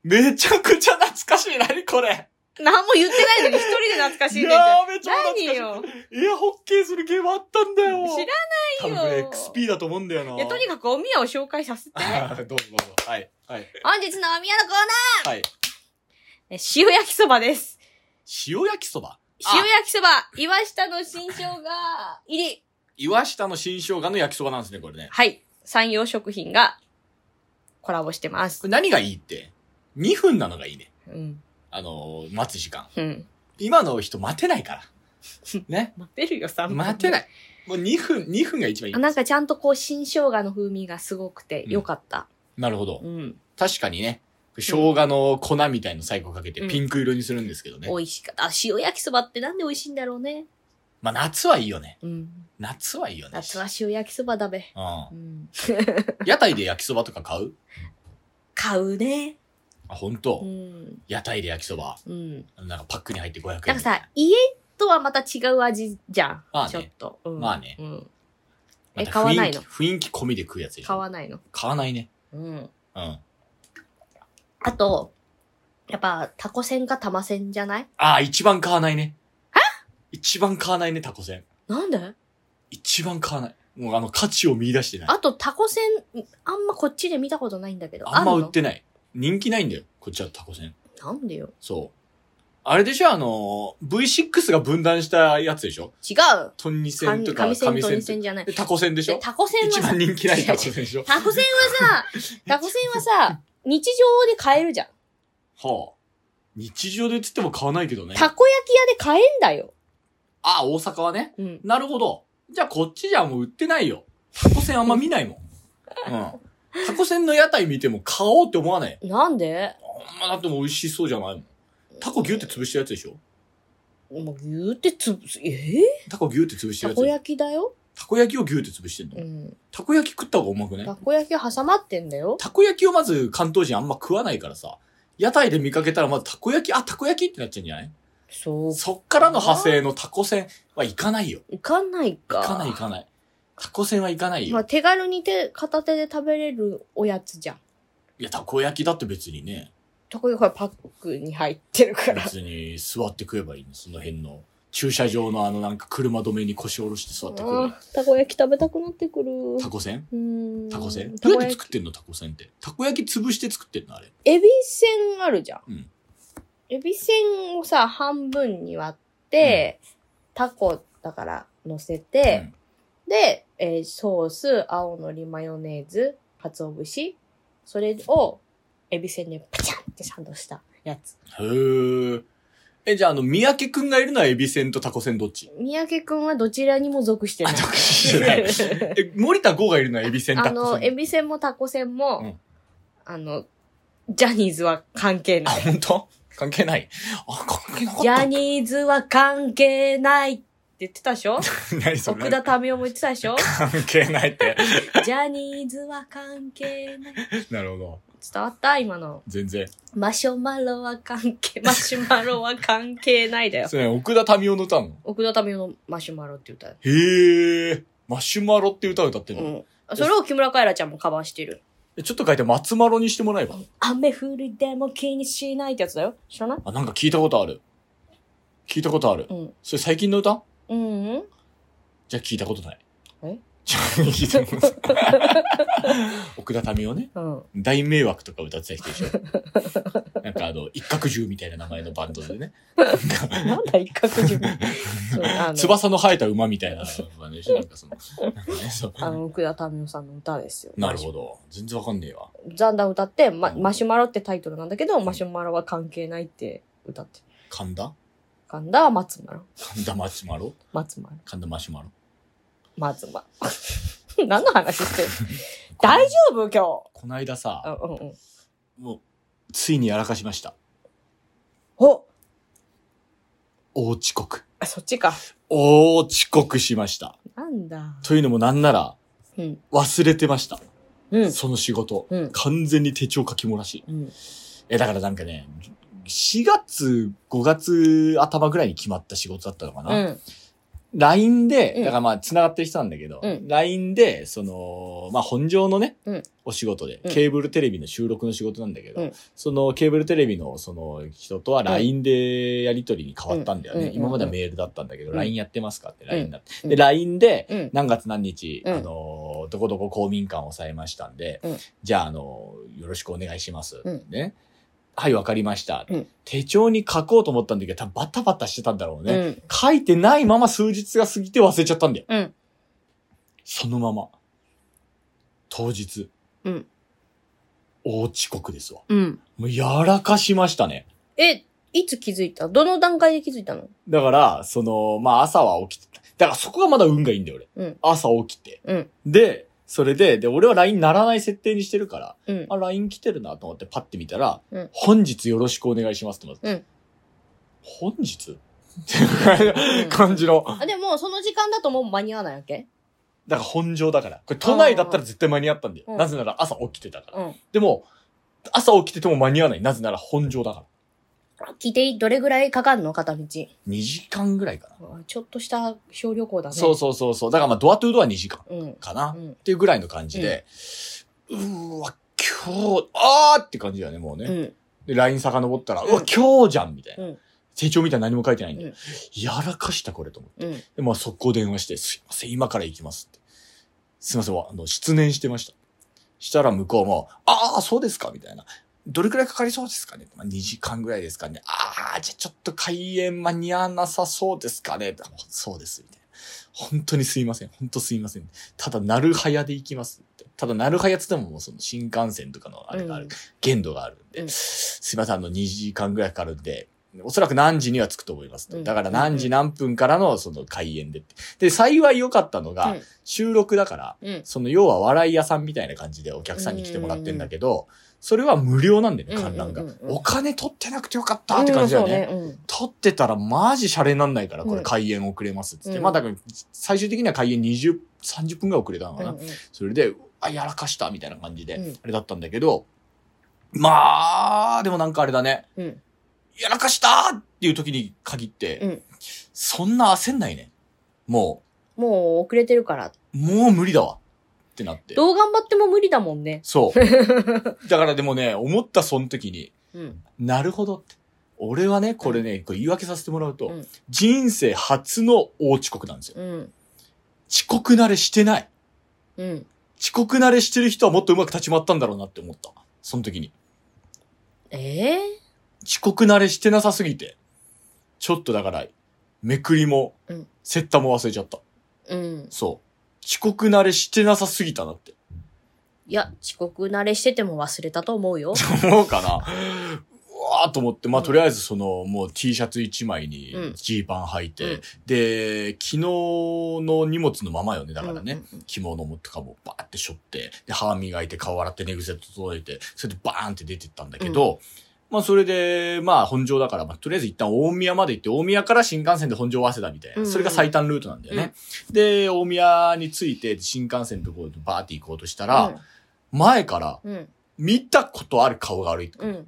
めちゃくちゃ懐かしい。何これ。何も言ってないのに一人で懐かしいいねんじゃん。やーめちゃ懐かしい。何よ。エアホッケーするゲームあったんだよ。知ら多ない分よこ。れ XP だと思うんだよな。いや、とにかくお宮を紹介させて。かく。どうぞどうぞ。はい。はい。本日のお宮のコーナはい。ーえ塩焼きそばです。塩焼きそば。塩焼きそば、岩下の新生姜入り。岩下の新生姜の焼きそばなんですね、これね。はい。山陽食品がコラボしてまこす。れ何がいいって、2分なのがいいね。うん。あのー、待つ時間。うん。今の人待てないから。ね。待てるよ、3分。。待てないい。もう2分、2分が一番いいあ。なんかちゃんとこう、新生姜の風味がすごくて良かった。なるほどう。ん。確かにね。生姜の粉みたいの最後かけてうんピンク色にするんですけどね。美味しかった。あ塩焼きそばってなんで美味しいんだろうね。まあ夏はいいよね。うん。夏はいいよね。夏は塩焼きそばだべ。ううん。ん。屋台で焼きそばとか買う買うね。あ、本当、うん。屋台で焼きそば。うん。なんかパックに入って500円。なんかさ、家とはまた違う味じゃん。まあねちょっと。うんまあねうん。またえ買わないの雰囲気雰囲気込みで食うやつでしょ。買わないの。買わないね。うん。うん。あと、やっぱ、タコせんか玉せんじゃないああ、一番買わないね。一番買わないね、タコせん。なんで一番買わない。もうあの、価値を見出してない。あと、タコせん、あんまこっちで見たことないんだけど。あんまる売のってない。人気ないんだよ。こっちはタコせん。なんでよ。そう。あれでしょあの、V6 が分断したやつでしょ違うトンニセン紙とか、紙せん紙とセン二とせんじゃない。で、タコせんでしでょタコせん一はさ番、人気ないタコせんでしょタコせんはさ、 タコせんはさ、日常で買えるじゃん。はあ。日常でつっても買わないけどね。たこ焼き屋で買えんだよ。ああ、大阪はね。うん。なるほど。じゃあこっちじゃもう売ってないよ。タコせんあんま見ないもん。うん。タコせんの屋台見ても買おうって思わないよ。なんであんまだってもう美味しそうじゃないもん。タコギュって潰したやつでしょもう言うてつ、えータコギュって潰したたやつ。こ焼きだよたこ焼きをギュって潰してんの。うん。たこ焼き食った方がうまくねたこ焼き挟まってんだよ。たこ焼きをまず関東人あんま食わないからさ。屋台で見かけたらまずたこ焼き、あ、たこ焼きってなっちゃうんじゃないそう。そっからの派生のタコせんはいかないよ。いかないか。行かない行かない。タコせんはいかないまあ、よ。手軽に手、片手で食べれるおやつじゃん。いや、たこ焼きだって別にね、たこ焼きはパックに入ってるから。別に座って食えばいいの、その辺の駐車場のあのなんか車止めに腰下ろして座ってくる。たこ焼き食べたくなってくる。タコせんうんタコせんたどうこやって焼き作ってんのタコせんって。タコ焼き潰して作ってんのあれ。エビせんあるじゃん。うんエビせんをさ、半分に割って、タコだから乗せて、で、えーソース、青のりマヨネーズ、鰹節、それをエビせんでパチャンってサンドしたやつ。うん。へえ。え、じゃああの、三宅くんがいるのはエビせんとタコせんど っち三宅くんはどちらにも属してなあ、い。どっちじゃない。 え、森田剛がいるのはエビせんタあコの、エせん。ビせんもタコせんも、うんあの、ジャニーズは関係あ、ない。本当？関係ない。あ、関係なかっジャた。ニーズは関係ないって言ってたでしょ何そ奥れ田民生も言ってたでし ょ関係ないって。ジャニーズは関係ない。なるほど。伝わった今の。全然。マシュマロは関 係、マシュマロは関係ないだよ。それ奥田民生の歌なの奥田民生のマシュマロって歌う。へえ。マシュマロって歌歌ってうるの、ん。それを木村カエラちゃんもカバーしてる。えちょっと書いて松マロにしてもらえば。雨降りでも気にしないってやつだよ。知らないあ、なんか聞いたことある。聞いたことある。うん。それ最近の歌うん うん。じゃあ聞いたことない。えじゃあ聞いたことない。奥田民生ね。うん。大迷惑とか歌ってた人でしょ。なんかあの、一角獣みたいな名前のバンドでね。なんだ一角自分。そう あの翼の生えた馬みたいなバンドでしょ。なんかその、なんかねそうあの、奥田民生さんの歌ですよ。なるほど。全然わかんねえわ。ザンダン歌って、ま、マシュマロってタイトルなんだけど、マシュマロは関係ないって歌ってる。神田神田は松丸。神田マシュマロ松丸。神田マシュマロ松丸。 何の話して る大丈夫今こないだ日。さ、うんうんうん。もう、ついにやらかしました。お大遅刻。あそっちか。大遅刻しました。なんだ。というのもなんなら、うん。忘れてました。うん。その仕事。うん完全に手帳書き漏らし。うん。え、だからなんかね、4月、5月頭ぐらいに決まった仕事だったのかうな。ん。 LINE で、うんだからまあ、繋がってる人なんだけど、うん LINE で、その、まあ、本業のね、うんお仕事でう、んケーブルテレビの収録の仕事なんだけど、うんそのケーブルテレビのその人とは LINE でやりとりに変わったんだよね。うん今まではメールだったんだけど、うん LINE やってますかってん LINE になって。うんで、LINE で、うん。何月何日、うんあのー、どこどこ公民館を抑えましたんで、うんじゃあ、あのー、よろしくお願いします。うんね。はい、わかりました、うん手帳に書こうと思ったんだけど、多分バタバタしてたんだろううね。ん。書いてないまま数日が過ぎて忘れちゃったんだよ。うんそのまま。当日。うん大遅刻ですわ。うん。もうやらかしましたね。え、いつ気づいたどの段階で気づいたのだから、その、まあ朝は起きて、だからそこがまだ運がいいんだよ、俺。うん朝起きて。うんで、それで、で、俺は LINE ならない設定にしてるから、うん。あ、LINE 来てるなと思ってパッて見たら、うん本日よろしくお願いしますって思って。うん本日って感じの。あ、でも、その時間だともう間に合わないわけだから本上だから。これ都内だったら絶対間に合ったんだよ。うんなぜなら朝起きてたから。うん。でも、朝起きてても間に合わない。なぜなら本上だから。聞いていいどれぐらいかかるの片道。 2時間ぐらいかな。あちょっとした小旅行だね。そうそうそうそう。だからまあドアトゥードア2時間うん。かな。うっん。ていうぐらいの感じで、うーわ、今日、あーって感じだよね、もうね。うん。で、LINE 遡ったら、ううんわ、今日じゃんみたいな。うん成長みたいな何も書いてないんだよ。うんやらかしたこれと思って。うん。で、まあ速攻電話して、すいません、今から行きますって。すいません、あの、失念してました。したら向こうも、ああ、そうですかみたいな。どれくらいかかりそうですかねまあ、2時間ぐらいですかね。ああ、じゃあちょっと開演間に合わなさそうですかねあそうです、みたいな。本当にすいません、本当すいません。ただ、なるはやで行きますって。ただ、なるはやつってももうその新幹線とかのあれがある、うん限度があるんで、うんすいません、あの、2時間ぐらいかかるんで、おそらく何時には着くと思いますと。うんだから何時何分からのその開演でって。で、幸い良かったのがうん、収録だから、うん。その要は笑い屋さんみたいな感じでお客さんに来てもらってんだけど、それは無料なんだよね、観覧がうんうん。うんうんお金取ってなくてよかったって感じだよね。うん。そうね取ってたらマジシャレになんないから、こうれん開演遅れますっつって。うんまあだから、最終的には開演20、30分ぐらい遅れたのかな。それで、あ、やらかしたみたいな感じで、うんあれだったんだけど、まあ、でもなんかあれだね、うん。うん。やらかしたっていう時に限って、うんそんな焦んないね。ももう遅れてるから。う、もう無理だわってなって。どう頑張っても無理だもんね。 そう。だからでもね、思ったその時に、うん。なるほどって。俺はね、これね、これ言い訳させてもらうと、うん人生初の大遅刻なんですよ。うん。遅刻慣れしてない。うん。遅刻慣れしてる人はもっとうまく立ち回ったんだろうなって思った。その時に。ええ遅刻慣れしてなさすぎて。ちょっとだから、めくりもうん、セッタも忘れちゃった。うん。そう。遅刻慣れしてなさすぎたなって。いや、遅刻慣れしてても忘れたと思うよ。思うかな。うわーと思って、まあ、とりあえずその、もう T シャツ1枚にうんジーパン履いて、うんで、昨日の荷物のままよね、だからね。うん。着物もとかもバーってしょって、で、歯磨いて、顔洗って、寝癖整えて、それでバーンって出てったんだけど、まあそれで、まあ本庄だから、まあとりあえず一旦大宮まで行って、大宮から新幹線で本庄早稲田みたいな、うんそれが最短ルートなんだよね。で、大宮に着いて、新幹線のところでバーって行こうとしたら、前から、うん。見たことある顔が歩いてくうる。ん。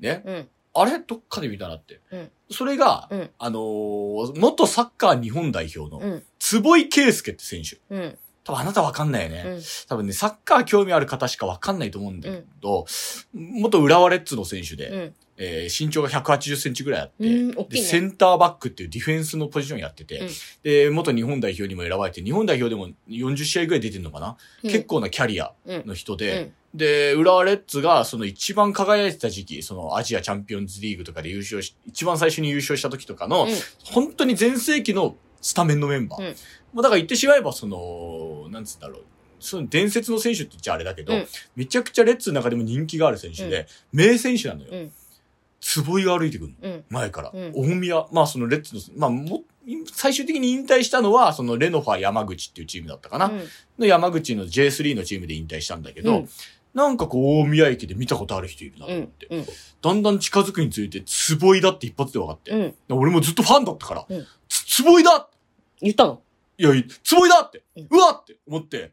ね。うん。あれどっかで見たなって。うんそれが、うんあのー元サッカー日本代表うの、ん。坪井圭介って選手。うん。多分あなたわかんないよね。うん。多分ね、サッカー興味ある方しかわかんないと思うんだけど、元浦和レッズの選手で、うん。えー身長が180センチぐらいあって、うん。大で、きいセね。ンターバックっていうディフェンスのポジションやってて、うんで、元日本代表にも選ばれて、日本代表でも40試合ぐらい出てんのかな、結構なキャリアうん。の人で、で、浦和レッズがその一番輝いてた時期、そのアジアチャンピオンズリーグとかで優勝し、一番最初に優勝した時とかの、うん本当に全盛期のスタメンのメンバー。うんもうだから言ってしまえば、その、なんつうんだろう。その伝説の選手って言っちゃあれだけど、うんめちゃくちゃレッツの中でも人気がある選手で、名選手なのよ。うん坪井が歩いてくるの。うん。前から。うん大宮、まあそのレッツの、まあも、最終的に引退したのは、そのレノファ山口っていうチームだったかな。うん。の山口の J3 のチームで引退したんだけうど、んなんかこう大宮駅で見たことある人いるなとう思っんて、。うん。だんだん近づくについて、坪井だって一発で分かって。うん。俺もずっとファンだったから、うんつ、坪井だ言ったの いや、い坪井だって、うんうわって思って、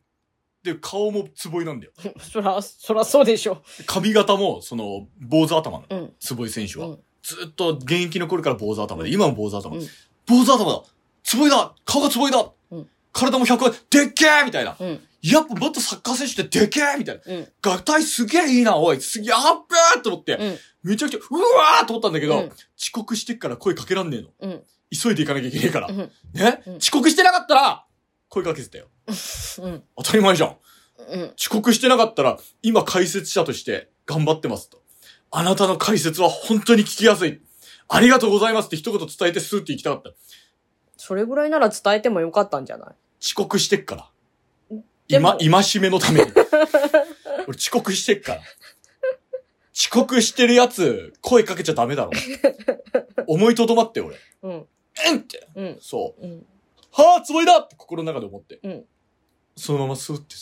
で、顔も坪井なんだよ。そら、そらそうでしょ。髪型も、その、坊主頭なうの。ん。坪井選手は。うんずっと現役の頃から坊主頭で、今も坊主頭。うん坊主頭だ坪井だ顔が坪井だ、うん体も100でっけーみたいな。うん。やっぱ元サッカー選手ってでっけーみたいな。うん。合体すげえいいな、おい、すげえ、やっべーと思って、うんめちゃくちゃ、うわーと思ったんだけど、うん遅刻してっから声かけらんねえの。うん。急いで行かなきゃいけねえから。うんね、うん遅刻してなかったら、声かけてたよ。うん。当たり前じゃん。うん。遅刻してなかったら、今解説者として頑張ってますと。あなたの解説は本当に聞きやすい。ありがとうございますって一言伝えてスーって行きたかった。それぐらいなら伝えてもよかったんじゃない遅刻してっから。で今も、今しめのために。 俺遅刻してっから。遅刻してるやつ、声かけちゃダメだろ。思いとどまって、俺。うん。うんって。うん。そうん。う。はぁ、つもりだって心の中で思って。うんそのままスーって、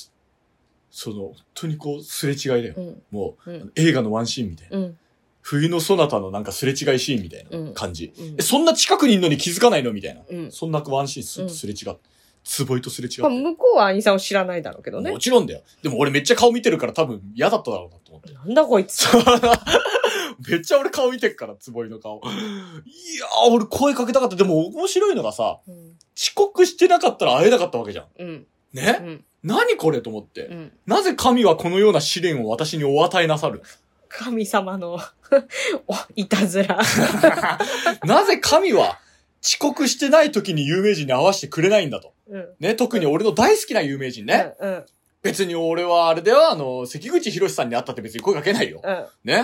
その、本当にこう、すれ違いだよ。うん。もう、うん映画のワンシーンみたいな。うん。冬のソナタのなんかすれ違いシーンみたいな感じ。うんえ、。そんな近くにいるのに気づかないのみたいな。うん。そんなワンシーンスーッとすれ違って。つぼいとすれ違ってまあ、。向こうは兄さんを知らないだろうけどねも。ちろんだよ。でも俺めっちゃ顔見てるから多分嫌だっただろうなと思って。 なんだこいつ。めっちゃ俺顔見てるから、つぼいの顔。いやー、俺声かけたかった。でも面白いのがさ、うん。遅刻してなかったら会えなかったわけじゃん。うん。うね、ん。何これと思って、うん。なぜ神はこのような試練を私にお与えなさる神様の お、いたずら。 なぜ神は遅刻してない時に有名人に会わせてくれないんだと。うん。ね、特に俺の大好きな有名人ね。うん。うん。別に俺はあれでは、あの、関口博さんに会ったって別に声かけないよ。うん。ね。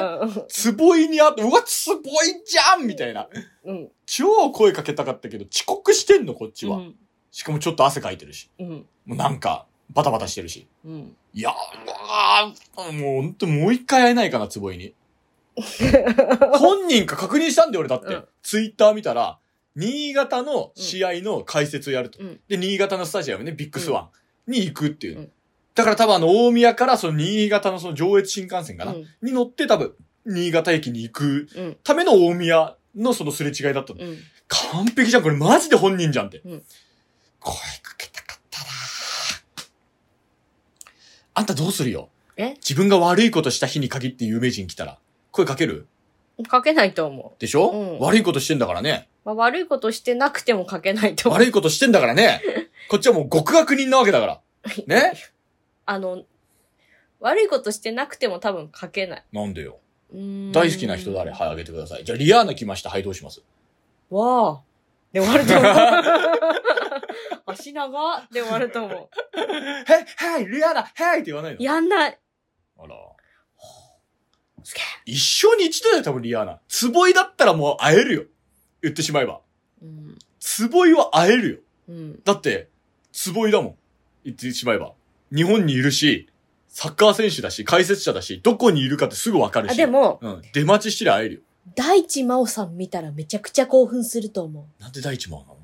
坪井に会って、うわ、坪井じゃんみたいな。うん。超声かけたかったけど、遅刻してんの、こっちうは。ん。しかもちょっと汗かいてるし。うん。もうなんか、バタバタしてるし。うん。いや、うわーもうほんともう一回会えないかな、坪 井に。本人か確認したんだよ、俺だって。うんツイッター見たら、新潟の試合の解説をやると。うんで、新潟のスタジアムね、ビッグスワンに行くっていう。うんだから多分あの、大宮からその新潟のその上越新幹線かうな、ん。に乗って多分、新潟駅に行くうん。ための大宮のそのすれ違いだったの。うん。完璧じゃん、これマジで本人じゃんって。うん声かけたかったなあんたどうするよえ自分が悪いことした日に限って有名人来たら、声かけるかけないと思でしょ、うん悪いことしてんだからね。う。まあ、悪いことしてなくてもかけないと思う。悪いことしてんだから ね。こっちはもう極悪人なわけだから。ねあの、悪いことしてなくても多分かけない。なんでよ。大好きな人誰はい、あげてください。じゃあ、リアーナ来ました。はい、どうしますわあ。で終わると思う。 足長で終わると思。はい、はい、リアーナ、はいって言わないうのやんない。あら。すげ一生に一度だよ、多分リアーナ。坪井だったらもう会えるよ。言ってしまえば。え。うん。坪井は会えるよ。うん。だって、坪井だもん。言ってしまえば。日本にいるし、サッカー選手だし、解説者だし、どこにいるかってすぐわかるし。あ、で、も、うん。出待ちしてりゃ会えるよ。大地真央さん見たらめちゃくちゃ興奮すると思う。なんで大地真央なの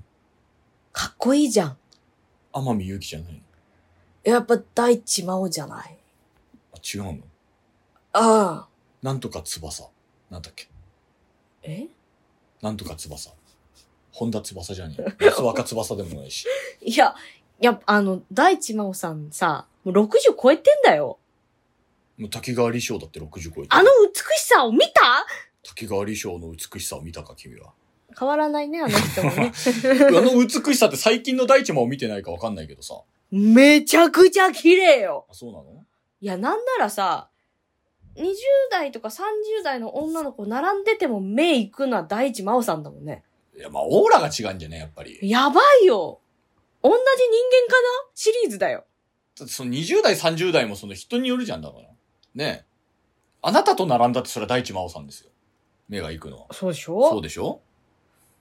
かっこいいじゃん。天海祐希じゃないのやっぱ大地真央じゃない。あ、違うのああ。なんとか翼。なんだっけえなんとか翼。本田翼じゃねえ。安若翼でもないし。いや、いや、あの、大地真央さんさ、もう60超えてんだよ。もう滝川理章だって60超えてるあの美しさを見た滝川理章の美しさを見たか、君は。変わらないね、あの人もね。あの美しさって最近の大地真央見てないかわかんないけどさ。 めちゃくちゃ綺麗よ。あ、そうなのいや、なんならさ、20代とか30代の女の子並んでても目行くのは大地真央さんだもんね。いや、まあ、オーラが違うんじゃねやっぱり。やばいよ同じ人間かなシリーズだよ。だってその20代、30代もその人によるじゃんだから。ねえ。あなたと並んだってそれは大地真央さんですよ。目が行くのは。そうでしそうょでしょ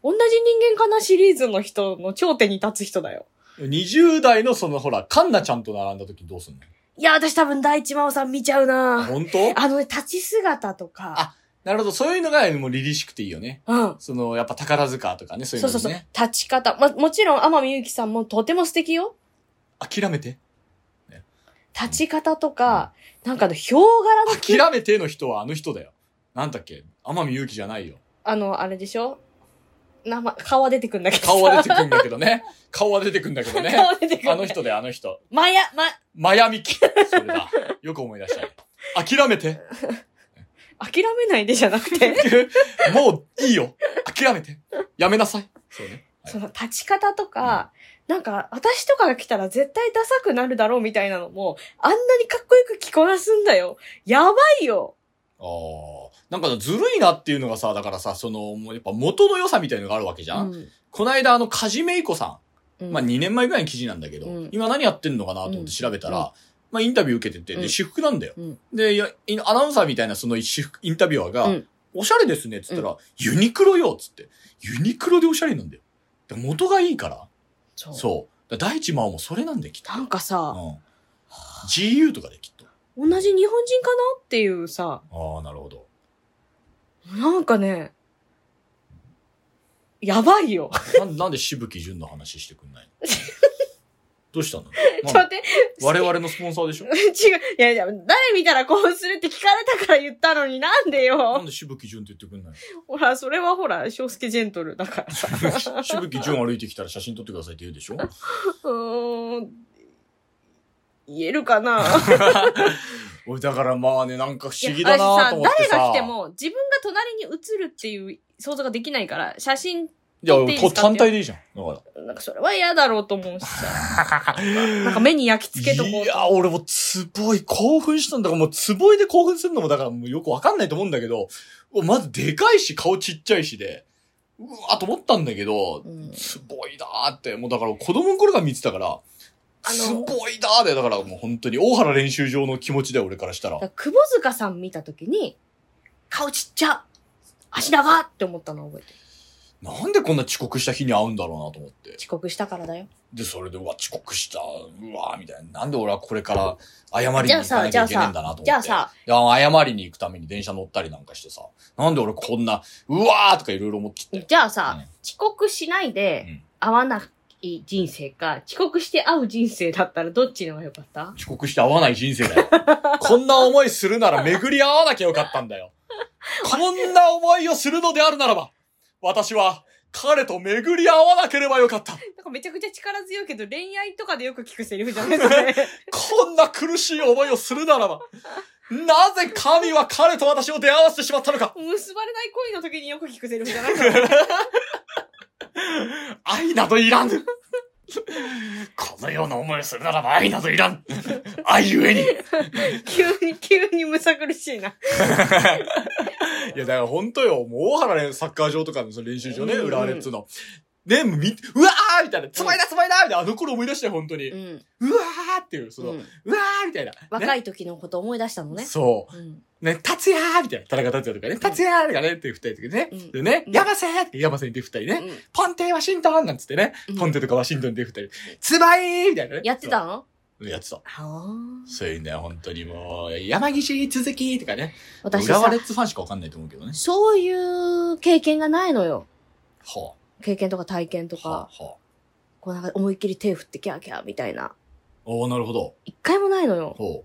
同じ人間かなシリーズの人の頂点に立つ人だよ。 20代のそのほら、カンナちゃんと並んだ時どうすんのいや、私多分大地真央さん見ちゃうな本当あのね、立ち姿とか。なるほど。そういうのがもう凛々しくていいよね。うん。その、やっぱ宝塚とかね、そういうそのうね。そうそう。立ち方。ま、もちろん、天海祐希さんもとても素敵よ。諦めて。立ち方とか、なんかあの、ヒョウ柄の諦めての人はあの人だよ。なんだっけ天海祐希じゃないよ。あの、あれでしょ名前、顔は出てくんだけどさ。顔は出てくんだけどね。顔は出てくんだけどね。顔出てくる。あの。人であの人。まや、ま、マヤミキ。それだ。よく思い出したね。諦めて。諦めないでじゃなくて。もういいよ。諦めて。やめなさい。そうね。はいその立ち方とか、なんか、私とかが来たら絶対ダサくなるだろうみたいなのも、あんなにかっこよく着こなすんだよ。やばいよ。ああ。なんかずるいなっていうのがさ、だからさ、その、もうやっぱ元の良さみたいのがあるわけじゃん。うんこないだあの、カジメイコさん。うんまあ2年前ぐらいの記事なんだけど、うん今何やってんのかなと思って調べたら、まあインタビュー受けてて、うで、ん私服なんだよ。うんでいや、いアナウンサーみたいなその私服、インタビュアーが、うんおしゃれですねっつったら、ユニクロよっつって、ユニクロでおしゃれなんだよ。で元がいいから、そうそう。だから大地真央もそれなんできた。なんかうさ、ん。GU とかできっと。同じ日本人かなっていうさ、ああ、なるほど。なんかね、やばいよ。なんなんで渋木純の話してくんない のどうしたの、ちょっとまあ待って、 我々のスポンサーでしょ違う。いやいや、誰見たら興奮するって聞かれたから言ったのになんでなんよ。で渋木純って言ってくんないのほら、それはほら、翔介ジェントルだから さ。しぶき順歩いてきたら写真撮ってくださいって言う でしょうーん。言えるか な俺だからまあね、なんか不思議だ私なさと、思って誰さ。が来ても自分が隣に映るっていう想像ができないから、写真、いや撮っていいですかっとて単体でいいじゃん。だかなんかそれは嫌だろうと思うし さ。なんか目に焼き付けとら。こうい。や、俺もつぼい興奮したんだから、もうつぼいで興奮するのもだからもうよくわかんないと思うんだけど、まずでかいし、顔ちっちゃいしで、うわーと思ったんだけど、うんつぼいだーって、もうだから子供の頃から見てたから、あのつぼいだーで、だからもう本当に大原練習場の気持ちだよ、俺からしたらだか。ら窪塚さん見たときに、顔ちっちゃ足長って思ったのを覚えてる。なんでこんな遅刻した日に会うんだろうなと思って。遅刻したからだよ。で、それで、うわ、遅刻した、うわ、みたいな。なんで俺はこれから謝りにじゃあ行かさ、なきじゃゃあいけないんさだなと思って。、じゃあさ、いや謝りに行くために電車乗ったりなんかしてさ、なんで俺こんな、うわーとかいろいろ思ってて。じゃあさ、うん遅刻しないでうん会わない人生か、遅刻して会う人生だったらどっちの方が良かった遅刻して会わない人生 だよ。こんな思いするなら巡り合わなきゃよかった んだよ。こんな思いをするのであるならば、私は彼と巡り合わなければよかった。なんかめちゃくちゃ力強いけど恋愛とかでよく聞くセリフじゃないですか、ね、こんな苦しい思いをするならば、なぜ神は彼と私を出会わせてしまったの か。結ばれない恋の時によく聞くセリフじゃないですか、ね、愛などいらぬこのような思いをするならば愛などいらん。愛ゆえに。 急に、急にむさ苦しいな。いや、だから本当よ。もう大原ね、サッカー場とかのその練習場ね、うん浦和レッズの。で、み、うわーみたいな、つまいだつまいだみたいな、あの頃思い出して、本当に。う。うんわーっていう、その、ううんわーみたいな。若いい時のこと思い出したのね。そう。うん。ね、達也みたいな。田中達也とかね、達也とかね、っていう二人とかね。うんでね、うん山瀬って山瀬っていう二人ね。うんポンテワシントンなんつってねうん。ポンテとかワシントンっていう二人。つばいーみたいなね。やってたのそうやってた。あーそういうね、本当にもう、山岸続きとかね。私浦和さレ、ッズファンしかわかんないと思うけどね。そういう経験がないのよ。は経験とか体験とあ。はか、あ。はあ。こうなんか思いっきり手振ってキャーキャーみたいな。おーなるほど。一回もないのよ。ほう。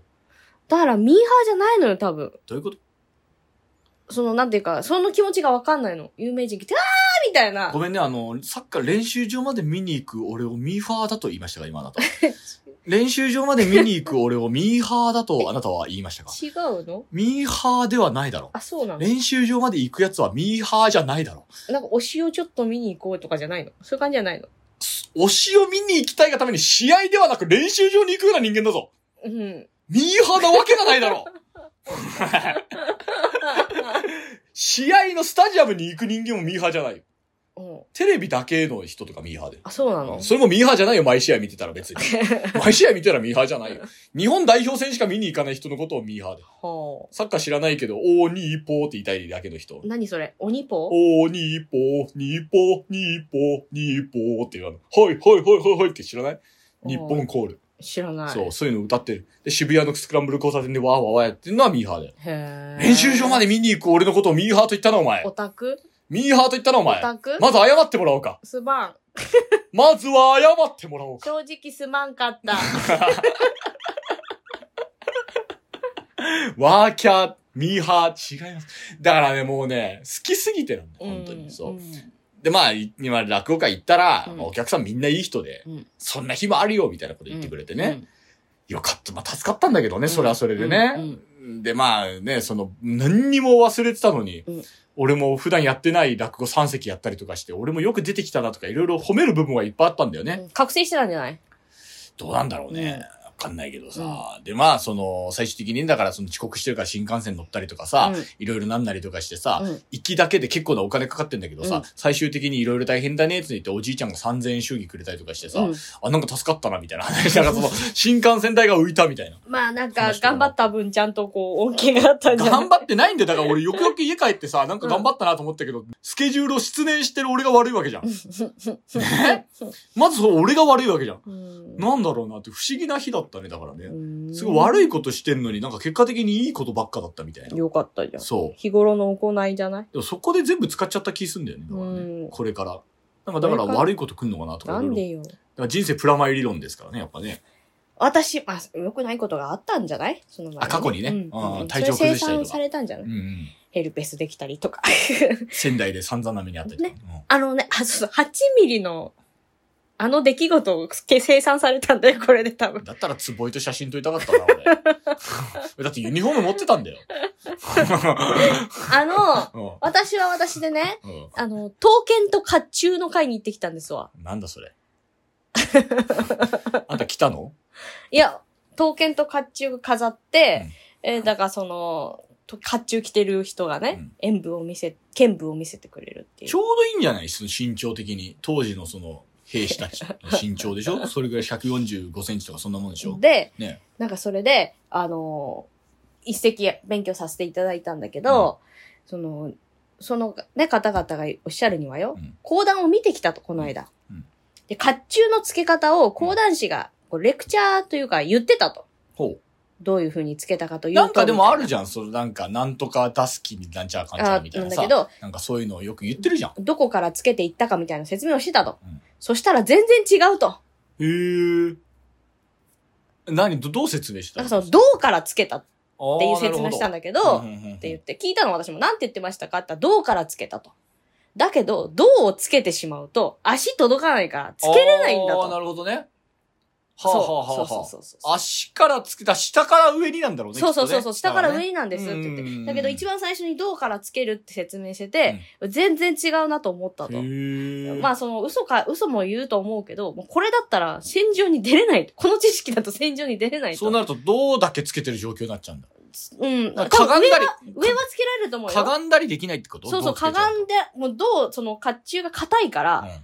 だからミーハーじゃないのよ、多分。どういうことその、なんていうか、その気持ちがわかんないの。有名人来て、あーみたいなご。めんね、あの、サッカー練習場まで見に行く俺をミーファーだと言いましたか、今あ なた。練習場まで見に行く俺をミーハー だとあなたは言いましたか。違うのミーハーではないだろ。あ、そうなの練習場まで行くやつはミーハーじゃないだろ。なんか推しをちょっと見に行こうとかじゃないのそういう感じじゃないの推しを見に行きたいがために試合ではなく練習場に行くような人間だぞ。うん。ミーハーなわけがないだろ。試合のスタジアムに行く人間もミーハーじゃないよ。うん。テレビだけの人とかミーハーで。あ、そうなのそれもミーハーじゃないよ、毎試合見てたら別に。毎試合見てたらミーハーじゃないよ。日本代表戦しか見に行かない人のことをミーハーで。はサッカー知らないけど、おー、にーぽーって言いたいだけの人あ。。何それ鬼ポおー、にーぽー、にーぽー、にーぽー、にーぽーって言うの。はい、はい、はい、はい、はいって知らない日本コール。知らない。そう、そういうの歌ってる。で、渋谷のスクランブル交差点でわーわーわーやってるのはミーハーだよ。へー練習場まで見に行く俺のことをミーハーと言ったな、お前オ。タクミーハーと言ったな、おオ前。タクまず謝ってもらおうか。すまん。まずは謝ってもらおうか。正直すまんかった。ワーキャー、ミーハー、違います。だからね、もうね、好きすぎてなんだうよ、ん本当に。そうんう。で、まあ、い今、落語会行ったら、うんまあお客さんみんないい人で、うんそんな日もあるよ、みたいなこと言ってくれてね。よかった。まあ、助かったんだけどね、うんそれはそれでね。うんで、まあね、その、何にも忘れてたのに、うん俺も普段やってない落語3席やったりとかして、俺もよく出てきたなとか、いろいろ褒める部分はいっぱいあったんだよね。うん覚醒してたんじゃないどうなんだろううんね。わかんないけどさ。で、まあ、その、最終的に、だから、その遅刻してるから新幹線乗ったりとかさ、うんいろいろなんなりとかしてさ、うん行きだけで結構なお金かかってんだけどうさ、ん最終的にいろいろ大変だねって言って、おじいちゃんが3000円祝儀くれたりとかしてさ、うんあ、なんか助かったな、みたいな話。なんかその、新幹線代が浮いたみ たいな。まあなんか、頑張った分ちゃんとこう、恩恵があったんじゃない頑張ってないんで、だから俺よくよく家帰ってさ、なんか頑張ったなと思ったけど、スケジュールを失念してる俺が悪いわ けじゃん。ねまずその俺が悪いわけじゃん。うんなんだろうなって不思議な日だったね、だからね。うんすごい悪いことしてんのになんか結果的にいいことばっかだったみたいな。よかったじゃん。そう。日頃の行いじゃないでもそこで全部使っちゃった気すんだよね。だからうねんこれから。なんかだからこれから悪いことくんのかなとかないんろいろ。でよ。だから人生プラマイ理論ですからね、やっぱね。私、まあ、良くないことがあったんじゃないその前にあ過去にねうんうんうん体調崩したそれ清りとか算されたんじゃなういん うん。ヘルペスできたりとか。 仙台で散々な目にあったりとか。うんあのね、あ、そうそう、8ミリの、あの出来事を生産されたんだよ、これで多分。だったらつぼいと写真撮りたかったな、俺。 だってユニフォーム持ってたんだよ。あの、う私は私でね、んうあの、刀剣と甲冑の会に行ってきたんですわ。ん。なんだ それ。あんた来たのいや、刀剣と甲冑が飾って、えーだからその、と甲冑着てる人がね、うん演舞を見せ、剣舞を見せてくれるっていうちょ。うどいいんじゃないその身長的に。当時のその兵士たちの身長でしょそれぐらい145センチとかそんなもんでしょで、ねなんかそれで、あのー一席勉強させていただいたんだけど、その、そのね、方々がおっしゃるにはよ、うん講談を見てきたと、この間。うんで、甲冑の付け方を講談師が、こうレクチャーというか言ってたと。ほ。どういう風に付けたかといううと。なんかでもあるみじゃん。そのなんか、なんとか出す気になんちゃらかんたちゃいなあらみたいなんなだけ。さど、なんかそういうのをよく言ってるじゃん。どこから付けていったかみたいな説明をしてたと。うんそしたら全然違うと。へー。何どどう説明してたなんかその、どうから付けたってていう説明したんだだけけどうん、うんうんうんって言って、聞いたの私も、なんて言ってましたかって言ったら、銅からつけたと。だけど、銅をつけてしまうと、足届かないから、つけれないんだあーなと。るほどね。はあ、はあはあそうはそうそうそうあ、足からつけた、下から上になんだろうね。そうそうきそっうとそう、ね下から上になんですって言っうんうんうんて。だけど一番最初に銅からつけるって説明してて、全然違うなと思ったと。へえまあその嘘か、嘘も言うと思うけど、もうこれだったら戦場に出れない。この知識だと戦場に出れないと。そうなると、どうだけつけてる状況になっちゃうんだ。うん。なんかかがんだり多分上は上はつけられると思うよ。かがんだりできないってことそうそう、かがどんで、もうどう、その甲冑が硬いから、つけちゃう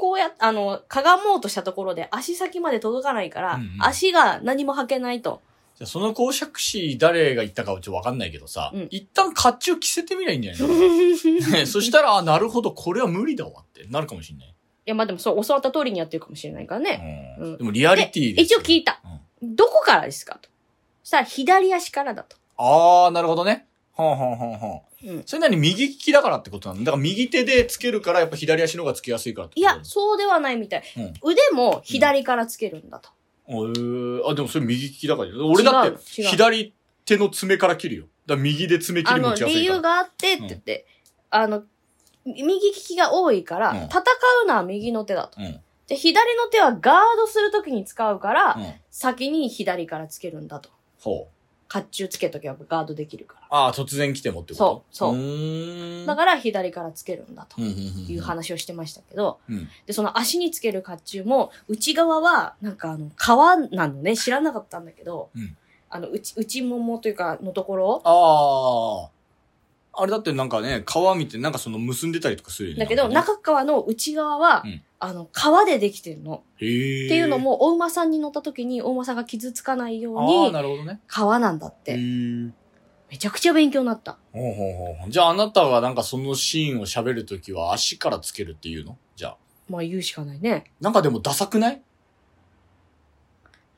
こうやっあの、かがもうとしたところで足先まで届かないから、うんうん足が何も履けないと。 じゃあその公爵士誰が言ったかはちょっとわかんないけどさ、うん一旦甲冑着せてみりゃいいんじゃないのい ねそしたら、あ、なるほど、これは無理だわってなるかもしんない。や、まあでもそう、教わった通りにやってるかもしれないからね。うんうんでもリアリティで一応聞いた、どこからですかと。そしたら左足からだと。ああ、なるほどね。ほんほんほんほん。うんそれなりに右利きだからってことなのだから右手でつけるから、やっぱ左足の方がつけやすいからっていことや、そうではないみたい。うん腕も左からつけるんだと。えー、あ、でもそれ右利きだから。俺だって、違う違う左手の爪から切るよ。だから右で爪切あるのの、打ちやす理いか由ら。があってって言って、あの、右利きが多いから、うん戦うのは右の手だと。うんで、左の手はガードするときに使うから、うん。先に左からつけるんだと。ほう。甲冑つけときはガードできるかああ、突然来てもってことそうそううーら。ん。だから左からつけるんだとうんうんうんうんいう話をしてましたけど、うんで、その足につける甲冑も、内側は、なんかあの、皮なのね、知らなかったんだけど、うんあの、内、内ももというか、のところ、ああ。あれだってなんかね、皮見てなんかその結んでたりとかするよね。だけど、なんか中側の内側は、うんあの、皮でできてるの。ね、へえ。っていうのも、お馬さんに乗った時に、お馬さんが傷つかないようああ、に、なるほどね。皮なんだっへて。え。めちゃくちゃ勉強になった。ほうほうほうほう。じゃああなたがなんかそのシーンを喋るときは足からつけるっていうのじゃあ。まあ、言うしかないね。なんかでもダサくない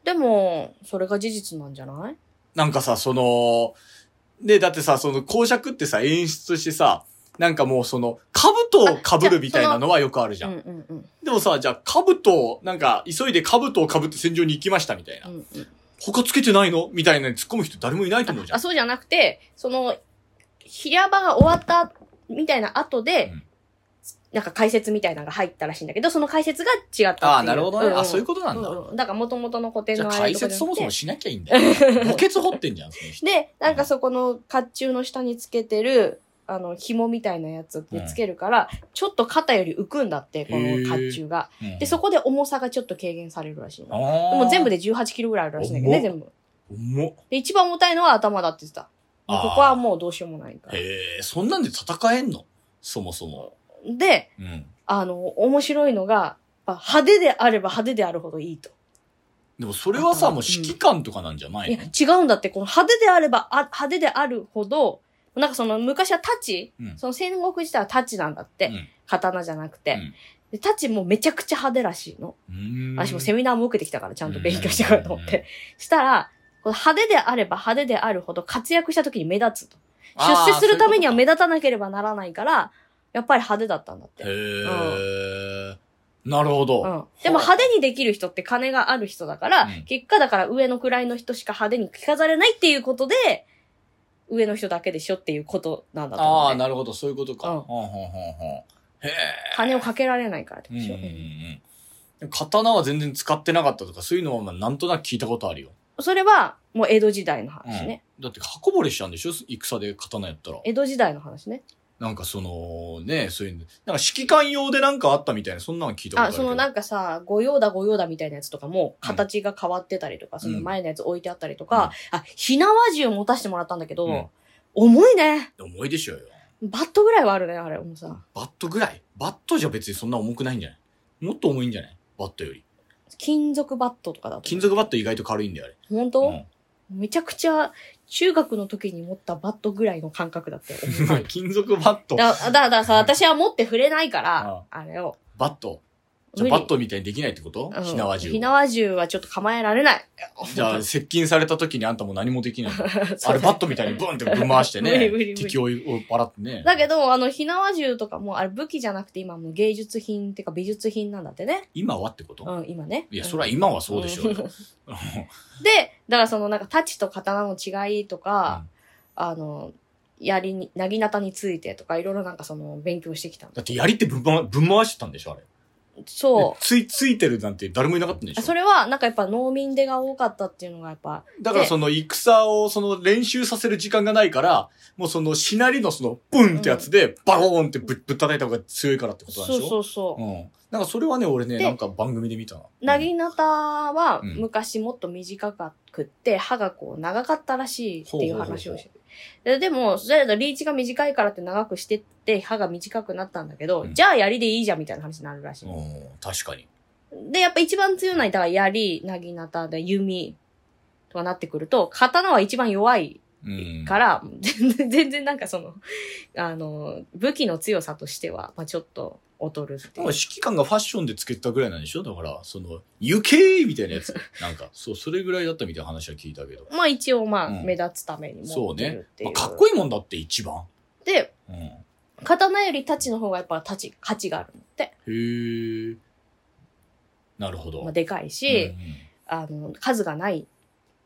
でも、それが事実なんじゃないなんかさ、その、で、だってさ、その公爵ってさ、演出としてさ、なんかもうその、兜を被るみたいなのはよくあるじゃうん。んうんうん。でもさ、じゃあ兜を、なんか、急いで兜を被って戦場に行きましたみたいな。うんうん他つけてないのみたいなのに突っ込む人誰もいないと思うじゃあ、ん。そうじゃなくて、その、平場が終わった、みたいな後で、うんなんか解説みたいなのが入ったらしいんだけど、その解説が違ったっていう。ああ、なるほどね。んんあ、そういうことなんだ。うんうんだから元々の古典じゃあの解れとかじ説ゃなくてそもそもしなきゃいいん だよ。墓穴掘ってんじゃん、その人。で、なんかそこの甲冑の下につけてる、あの、紐みたいなやつにつけるから、ちょっと肩より浮くんだって、この甲冑が。で、そこ、こで重さがちょっと軽減されるらしいの。でもも全部で。で18キロぐらいあるらしいんだけどね、重っ全部。重っ。で、一番重たいのは頭だって言ってた。こあーこはもうどうしようもないから。へえ、そんなんで戦えんのそもそも。で、うん。あの、面白いのが、やっぱ派手であれば派手であるほどいいと。でもそれはさ、うんもう指揮官とかなんじゃないいのや、違うんだって、この派手であればあ派手であるほど、なんかその昔は太うん刀、その戦国自体は太刀なんだって、うん刀じゃなくて、うんで太刀もめちゃくちゃ派手らしいの。うーん私もセミナーも受けてきたからちゃんと勉強してからと思って。したら、この派手であれば派手であるほど活躍した時に目立つと。出世するためには目立たなければならないから、やっぱり派手だったんだって。へえ、なるほど。うんでも派手にできる人って金がある人だから、うん結果だから上の位の人しか派手に着飾れないっていうことで、上の人だけでしょっていうことなんだとあ思あ、う、ね。なるほど、そういうことか。うんほんほんほんほんへえ。金をかけられないからってうこんとうんでうしょ。んうん。刀は全然使ってなかったとか、そういうのはまあなんとなく聞いたことあるよ。それは、もう江戸時代の話ね。だって、刃こぼれしちゃうんでしょ戦で刀やったら。江戸時代の話ね。なんかその、ね、そういう、なんか指揮官用でなんかあったみたいな、そんなの聞いたことああ、るけど。そのなんかさ、御用だ御用だみたいなやつとかも、形が変わってたりとか、その前のやつ置いてあったりとか、あ、ひなわ銃持たせてもらったんだけど、うん重いね。重いでしょうよ。バットぐらいはあるね、あれ、重さ。バットぐらいバットじゃ別にそんな重くないんじゃないもっと重いんじゃないバットより。金属バットとかだと。金属バット意外と軽いんだよ、あれ。本当、めちゃくちゃ中学の時に持ったバットぐらいの感覚だってうん。重い 金属バット。だだだからさ、私は持って触れないからあ、あれを。バット。じ無ゃあ理バットみたいにできないってことうんひなわ銃を。ひなわ銃はちょっと構えられない。じゃあ、接近された時にあんたもう何もできない。あれバットみたいにブンってぶん回し て無ね理無理無。理敵を追い払って ね。だけど、あの、ひなわ銃とかも、あれ武器じゃなくて今もう芸術品っていうか美術品なんだってね。今はってことうん、今ね。いや、そりゃうん今はそうでしょうよ。で、だからそのなんか、太刀と刀の違いとか、あの、槍に、なぎなたについてとか、いろいろなんかその、勉強してきたんだだって槍ってぶん回ぶん回してたんでしょあれ。そつい、ついてるなんて誰もいなかったんでしう。ょそれは、なんかやっぱ農民出が多かったっていうのがやっぱ、だからその戦をその練習させる時間がないから、もうそのしなりのそのブンってやつでバローンってぶっぶったたいた方が強いからってことなんそでうしょそうそう。うん。なんかそれはね、俺ね、でなんか番組で見たな。なぎなたはうん昔もっと短くって、歯がこう長かったらしいっていう話をしてででも、それだとリーチが短いからって長くしてって歯が短くなったんだけど、うんじゃあ槍でいいじゃんみたいな話になるらしい。うん、確かに。で、やっぱ一番強いのは、だから槍、なぎなたで弓とかなってくると、刀は一番弱いうん。から、全然全然なんかその、あの、武器の強さとしては、まあちょっと劣るってでいもう指。揮官がファッションでつけたぐらいなんでしょだから、その、行けーみたいなや つ。なんか、そう、それぐらいだったみたいな話は聞いたけど。まあ一応まあ、うん目立つために持ってるっていう。まあ、かっこいいもんだって一番。で、うん。へ刀より太刀の方がやっぱ太刀、価値があるのって、ー。なるほど。まあ、でかいうんし、あの、数がない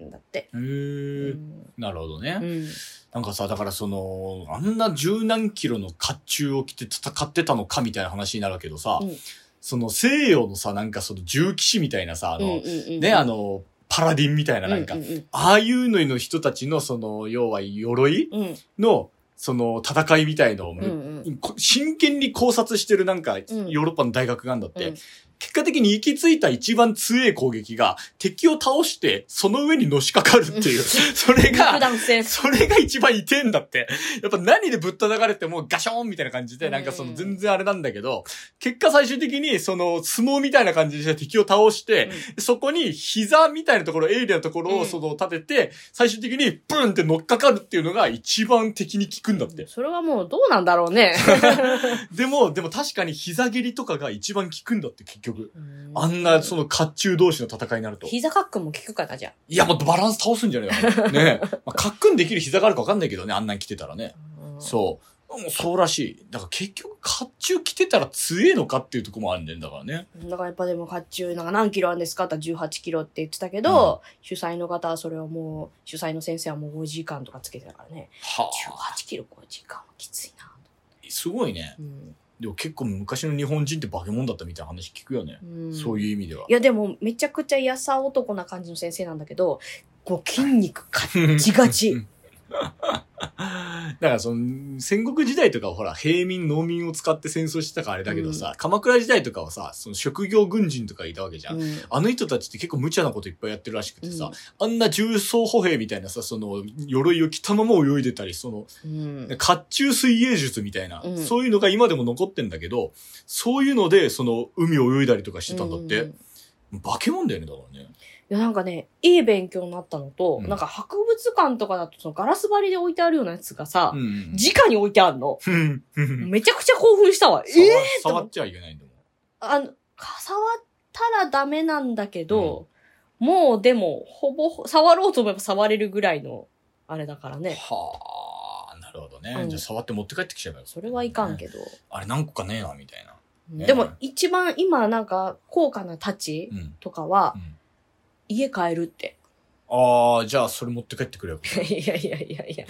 んだって。うん、うへー。ん。なるほどうね。んなんかさ、だからその、あんな十何キロの甲冑を着て戦ってたのかみたいな話になるけどさ、うんその西洋のさ、なんかその銃騎士みたいなさ、あうんの、うんうん。ね、あの、パラディンみたいななんか、うんうんああいうのの人たちのその、要は鎧うん。うんの、その戦いみたいのを、うんうん。こ真剣に考察してるなんか、ヨーロッパの大学があんだって、うん結果的に行き着いた一番強い攻撃が、敵を倒して、その上にのしかかるっていう、うんそれ肉が、弾戦。 それが一番痛えんだって。やっぱ何でぶったたかれてもガショーンみたいな感じで、なんかその全然あれなんだけど、結果最終的にその相撲みたいな感じでして敵を倒して、そこに膝みたいなところ、エイリアのところうをんその立てて、最終的にブンって乗っかかるっていうのが一番敵に効くんだっうんて。それはもうどうなんだろうね。でも、でも確かに膝蹴りとかが一番効くんだって結局。うん あんな、その甲冑同士の戦いになると。膝カックンも効くかな、じゃいや、もっとバランス倒すんじゃねえかな。ねえ。まあ、かっくんできる膝があるかわかんないけどね、あんなん着てたらね。あ。そう。もうそうらしい。だから結局、甲冑着てたら強えのかっていうとこもあるんだよ、だからね。うん。だからやっぱでも甲冑なんか何キロあるんですかって言ったら18キロって言ってたけど、主催の方はそれはもう、主催の先生はもう5時間とかつけてたからね。はあ。 18キロ5時間はきついな。すごいね。うんでも結構昔の日本人って化け物だったみたいな話聞くよね。うん。そういう意味では。いやでもめちゃくちゃ優さ男な感じの先生なんだけど、こう筋肉ガ ッチガチ。だからその、戦国時代とかはほら、平民、農民を使って戦争してたからあれだけどさ、鎌倉時代とかはさ、その職業軍人とかいたわけじゃん。うんあの人たちって結構無茶なこといっぱいやってるらしくてさ、うあんな重装歩兵みたいなさ、その、鎧を着たまま泳いでたり、その、うん甲冑水泳術みたいな、うんそういうのが今でも残ってんだけど、そういうので、その、海を泳いだりとかしてたんだって。うんい化け物だよね、だからね。やなんかね、いい勉強になったのと、うんなんか博物館とかだとそのガラス張りで置いてあるようなやつがさ、うん。直に置いてあるの。うん。めちゃくちゃ興奮したわ。え触え触っちゃいけないんだもん。あの、か触ったらダメなんだけど、もうでも、ほぼほ、触ろうと思えば触れるぐらいの、あれだからね。はあ、なるほどね。うんじゃあ触って持って帰ってきちゃえばよそれはいかんけど。あれ何個かねえな、みたいな。ねでも一番今なんか高価な太刀うん。とかはうん、家買えるって。 ああ、じゃあそれ持って帰ってくれよ。いやいやいや いや。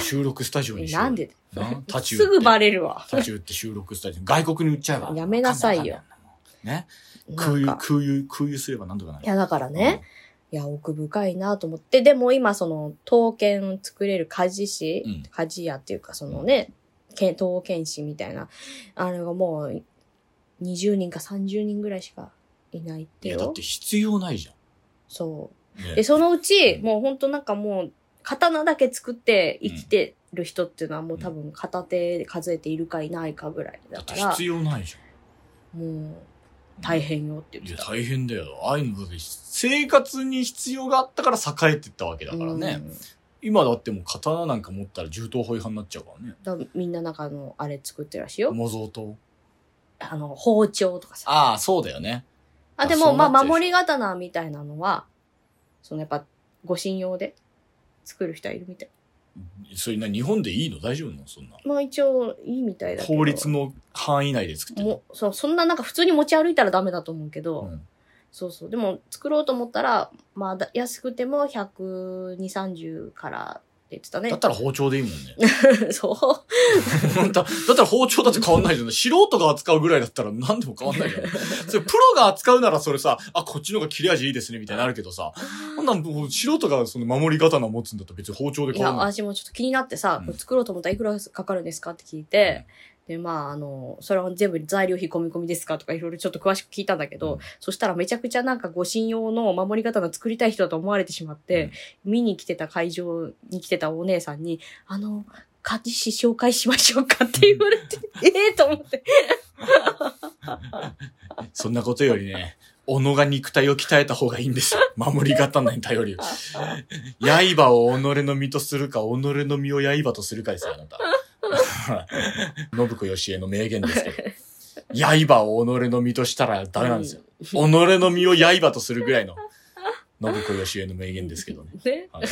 収録スタジオにしよう。なんでなタ チすウってぐバレるわ。タチウって収録スタジオ。外国に売っちゃえば。やめなさいよわかんない。わかんないね。な空ん輸、か。空輸、空輸すればなんとかないる。やだからね、いや奥深いなと思って、でも今その刀剣を作れる鍛冶師、うん鍛冶屋っていうかそのね、剣刀剣士みたいな、あれがもう20人か30人ぐらいしかいないっうん。ていよ。や、だって必要ないじそう。ゃん。ねで、そのうち、うんもうほんとなんかもう、刀だけ作って生きてる人っていうのはもう多分片手で数えているかいないかぐらいだだっかてら必、要ないじもうゃん。大。変よってい言や、ってた。大変だよ。ああいうのだって生活に必要があったから栄えてったわけだからね。うん今だってもう刀なんか持ったら銃刀法違反になっちゃうからね。だからみんななんかあの、あれ作ってるらしいよ。模造刀。あの、包丁とかさ。ああ、そうだよね。あ、あでそも、うまなっちゃうあ、でしょ守り刀みたいなのは、そのやっぱ、護身用で作る人はいるみたい。それな、日本でいいの大丈夫なのそんな。まあ一応、いいみたいだけど。法律の範囲内で作ってるのもうそうそんななんか普通に持ち歩いたらダメだと思うけど、うんそうそうでも作ろうと思ったら、まあ、だ安くても12030から言ってただっね。たら包丁でいいもん ね。そ だだったら包丁だって変わんないじゃん。素人が扱うぐらいだったら何でも変わんないじゃん。それプロが扱うならそれさ、あ、こっちの方が切れ味いいですね、みたいになるけどさ。こんなんもう素人がその守り刀持つんだったら別に包丁う。でい変わや、んない。私もちょっと気になってさうん、これ作ろうと思ったらいくらかかるんですかって聞いて、で、まあ、あの、それは全部材料費込み込みですかとかいろいろちょっと詳しく聞いたんだけど、うんそしたらめちゃくちゃなんか護身用の守り方の作りたい人だと思われてしまって、見に来てた会場に来てたお姉さんに、あの、家事師紹介しましょうかって言われて、 ええと思って。そんなことよりね、斧が肉体を鍛えた方がいいんです。守り刀に頼るよ。刃を己の身とするか、己の身を刃とするかですよ、あなた。 信子義恵の名言ですけど。刃を己の身としたらダメなんですよ。己の身を刃とするぐらいの、信子義恵の名言ですけどね。ねはい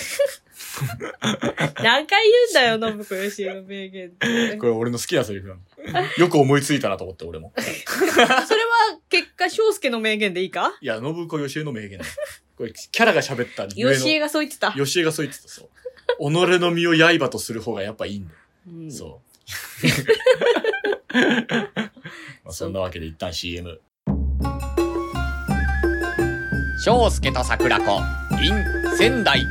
何回言うんだよ、信子よしえの名言って。これ俺の好きなセリフなの。よく思いついたなと思って、俺も。それは結果、翔介の名言でいいかいや、信子義恵の名言だよこれ、キャラが喋ったゆえのよしえがそう言ってた。吉江がそう言ってた、そう。己の身を刃とする方がやっぱいいんだよ。うんそう。まあそんなわけで一旦 CM。翔介と桜子 in 仙台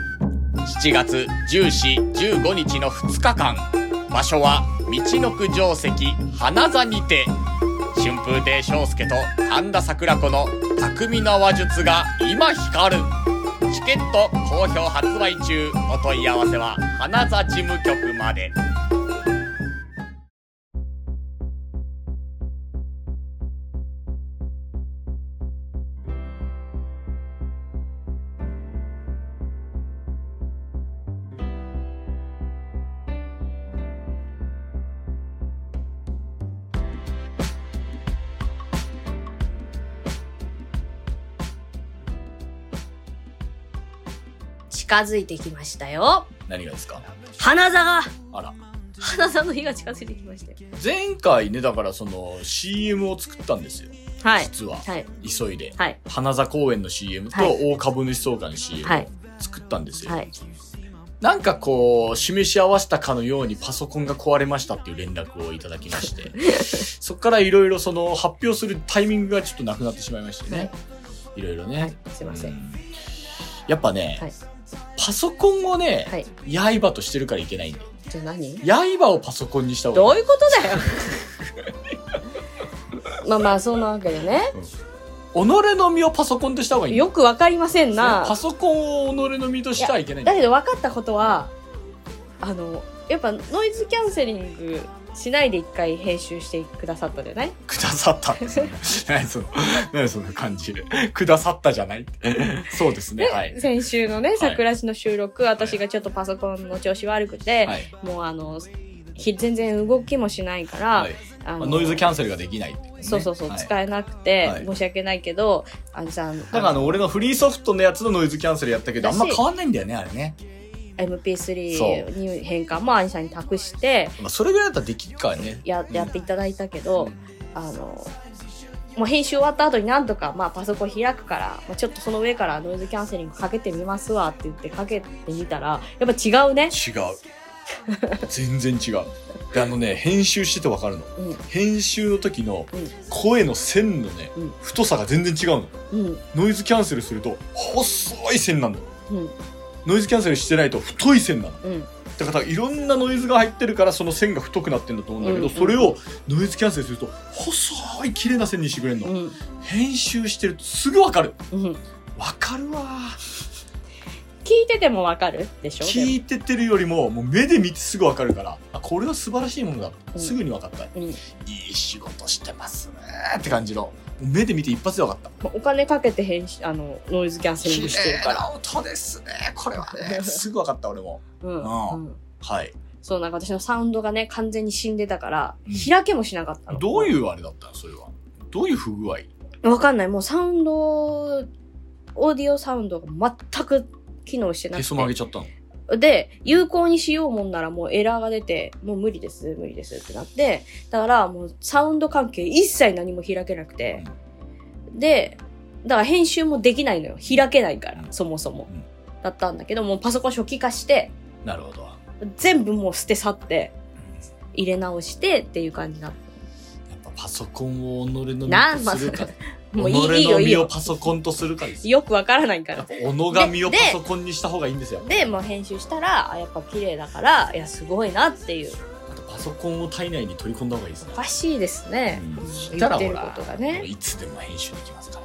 7月1415日の2日間場所は道の九定石花座にて春風亭翔介と神田桜子の巧みな話術が今光るチケット好評発売中お問い合わせは花座事務局まで近づいてきましたよ。何がですか花座が、あら。花座の日が近づいてきましたよ。前回ね、だからその CM を作ったんですよ。はい。実は。はい。急いで。はい。花座公園の CM とはい大株主総会の CM はいを作ったんですよ。はい。なんかこう、示し合わせたかのようにパソコンが壊れましたっていう連絡をいただきまして、 そこからいろいろその発表するタイミングがちょっとなくなってしまいましてね。いろいろね。すいませ。うんんやっぱね、はいパソコンをね、はい。刃としてるからいけないんだよ。じゃあ何刃をパソコンにした方が どいういうことだよ。 まあまあ、そんなわけでね。い。己の身をパソコンとした方がいいんだよくわかりませんな。パソコンを己の身としてはいけないんだだよけど分かったことはあのやっぱノイズキャンセリングしないで一回編集してくださったじゃないくださったんですね。何その、何その感じ。くださったじゃないそうですね。はい。先週のね桜市の収録、私がちょっとパソコンの調子悪くて、はい。もうあのひ全然動きもしないから、はいあまのあノイズキャンセルができないっていね、そうそうそう、はい使えなくて、はい申し訳ないけどあのさなんかあの、俺のフリーソフトのやつのノイズキャンセルやったけど、あんまだし変わんないんだよね、あれね。 MP3 に変換もアニさんに託してまあ、それぐらいだったらできるからね。ややっていただいたけど、あのもう編集終わった後になんとか、まあ、パソコン開くから、まあ、ちょっとその上からノイズキャンセリングかけてみますわって言ってかけてみたらやっぱ違うね違う。全然違う。であのね、編集しててわかるの。うん編集の時のうん声の線のね、うん太さが全然違うの。うんノイズキャンセルすると、細い線なんだよ。うんノイズキャンセルしてないと太い線なの。うんだからいろんなノイズが入ってるからその線が太くなってんだと思うんだけど、うんうんそれをノイズキャンセルすると細い綺麗な線にしてくれるの、うん編集してるとすぐわかるうんわかるわー聞いててもわかるでしょ聞いてってるよりももう目で見てすぐわかるからあこれは素晴らしいものだ、うんすぐにわかったいでもうんい仕事してますねーって感じのもう目で見て一発でわかったまあお金かけて編集あのノイズキャンセリングしてるから、な音ですねこれは ねすぐわかった俺もうんあうん、はいそうなんか私のサウンドがね完全に死んでたからうん開けもしなかったのどういうあれだったのそれはどういう不具合わかんない。もうサウンド、オーディオサウンドが全く機能してなへそ曲くげちゃったのて。で、有効にしようもんならもうエラーが出て、もう無理です、無理ですってなって、だからもうサウンド関係一切何も開けなくて。で、だから編集もできないのよ。開けないからう、んそもそもうん。だったんだけど、もうパソコン初期化して、なるほど全部もう捨て去って、入れ直してっていう感じなやっぱパソコンを己の身なとするか。の。もういいい己いよのいい身をよ。パソコンとするかです。よくわからないかやっら。ぱ、己が身をでパでソコンにした方がいいんですよ。で、まあ編集したら、あ、やっぱ綺麗だから、いや、すごいなっていう。あと、パソコンを体内に取り込んだ方がいいですねお。かしいですね。うんそし言たらってほるこら、とがねもういつでも編集できますから。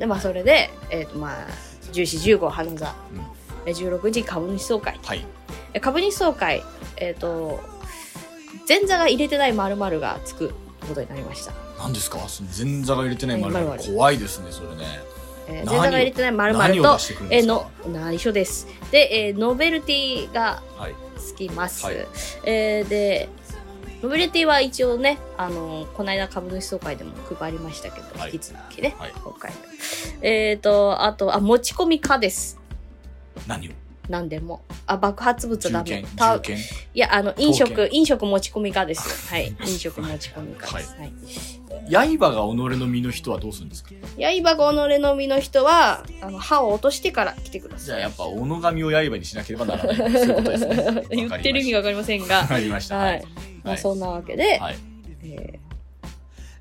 で、まあそれで、えっ、とまあ、14、15、花座うん。で16時株主総会。はい。え株主総会、えっ、と、前座が入れてない〇〇がつくことになりました。何ですかその前座が入れてない丸々丸々怖いですね、それね。えー何前を座が入れてない〇何〇とを出、してくるんでえーすかの、内緒です。で、えーノベルティがはい。つきます。はいえーで、ノベルティは一応ね、あのこの間株主総会でも配りましたけど、はい引き続きね、はい今回も。えっ、と、あと、あ、持ち込み可です。何を何でも。あ、爆発物は銃ダ剣メ。銃た剣いや、あの、飲刀食、飲食持ち込み可ですよ。はい。飲食持ち込み可です。はい刃が己の身の人はどうするんですか刃が己の身の人はあの歯を落としてから来てくだじゃさあい。やっぱ己の身を刃にしなければならないそういうことですね 言ってる意味ががわかりませんが、ありましたははいいまはあ、いそんなわけで、はいえ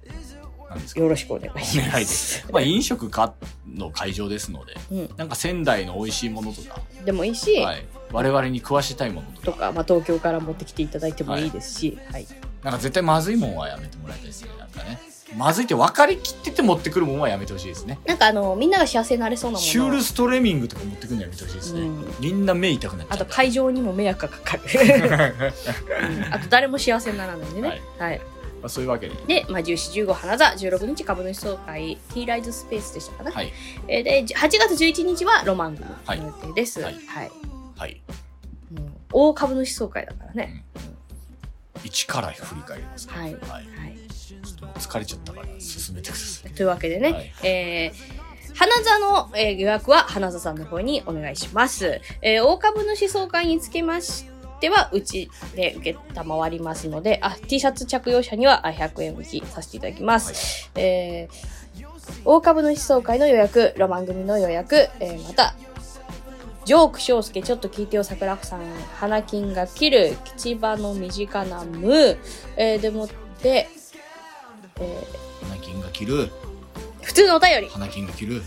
何ですーかよろしくお願いしお願いま。ですすまあ飲食かの会場ですので、うんなんか仙台の美味しいものとか、でもいいし、はい、我々に食わしたいものとかとか、まあ、東京から持ってきていただいてもいいですし、はいなんか絶対まずいもんはやめてもらいたいですねなんかねまずいって分かりきってて持ってくるもんはやめてほしいですねなんかあのみんなが幸せになれそうなものシュールストレミングとか持ってくるのやめてほしいですね、うんみんな目痛くなっちゃうあとか会場にも迷惑がかか る、らうんあと誰も幸せにならないんでね、ははいいまあそういうわけでで、まあ、1415花座16日株主総会 T ライズスペースでしたかね、はいえーでじ8月11日はロマン組はいの予定です、ははいいはいもう大株主総会だからね、一から振り返りますからはいはいはい、ちょっともう疲れちゃったから進めてください。というわけでね、はいえー花座の、えー予約は花座さんの方にお願いします。えー大株主総会につきましては、うちで受けたまわりますので、あ、T シャツ着用者にはあ100円引きさせていただきます。えー大株主総会の予約、ロマン組の予約、えーまた、ジョーク翔介、ちょっと聞いてよ、桜子さん、花金が切る、吉場の身近なムー、えーでもって、えー花金が切る、普通のお便り。花金が切る、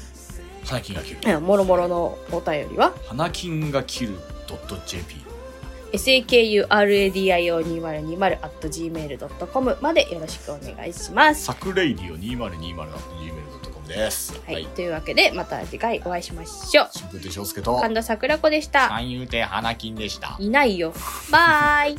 花金が切る、うんもろもろのお便りは、花金が切る .jp sakuradio2020.gmail.com までよろしくお願いします。サクレイディオ 2020.gmail.com です。はい。というわけで、また次回お会いしましょう。春風亭昇介と、神田桜子でした。三遊亭花金でした。いないよ。バイ。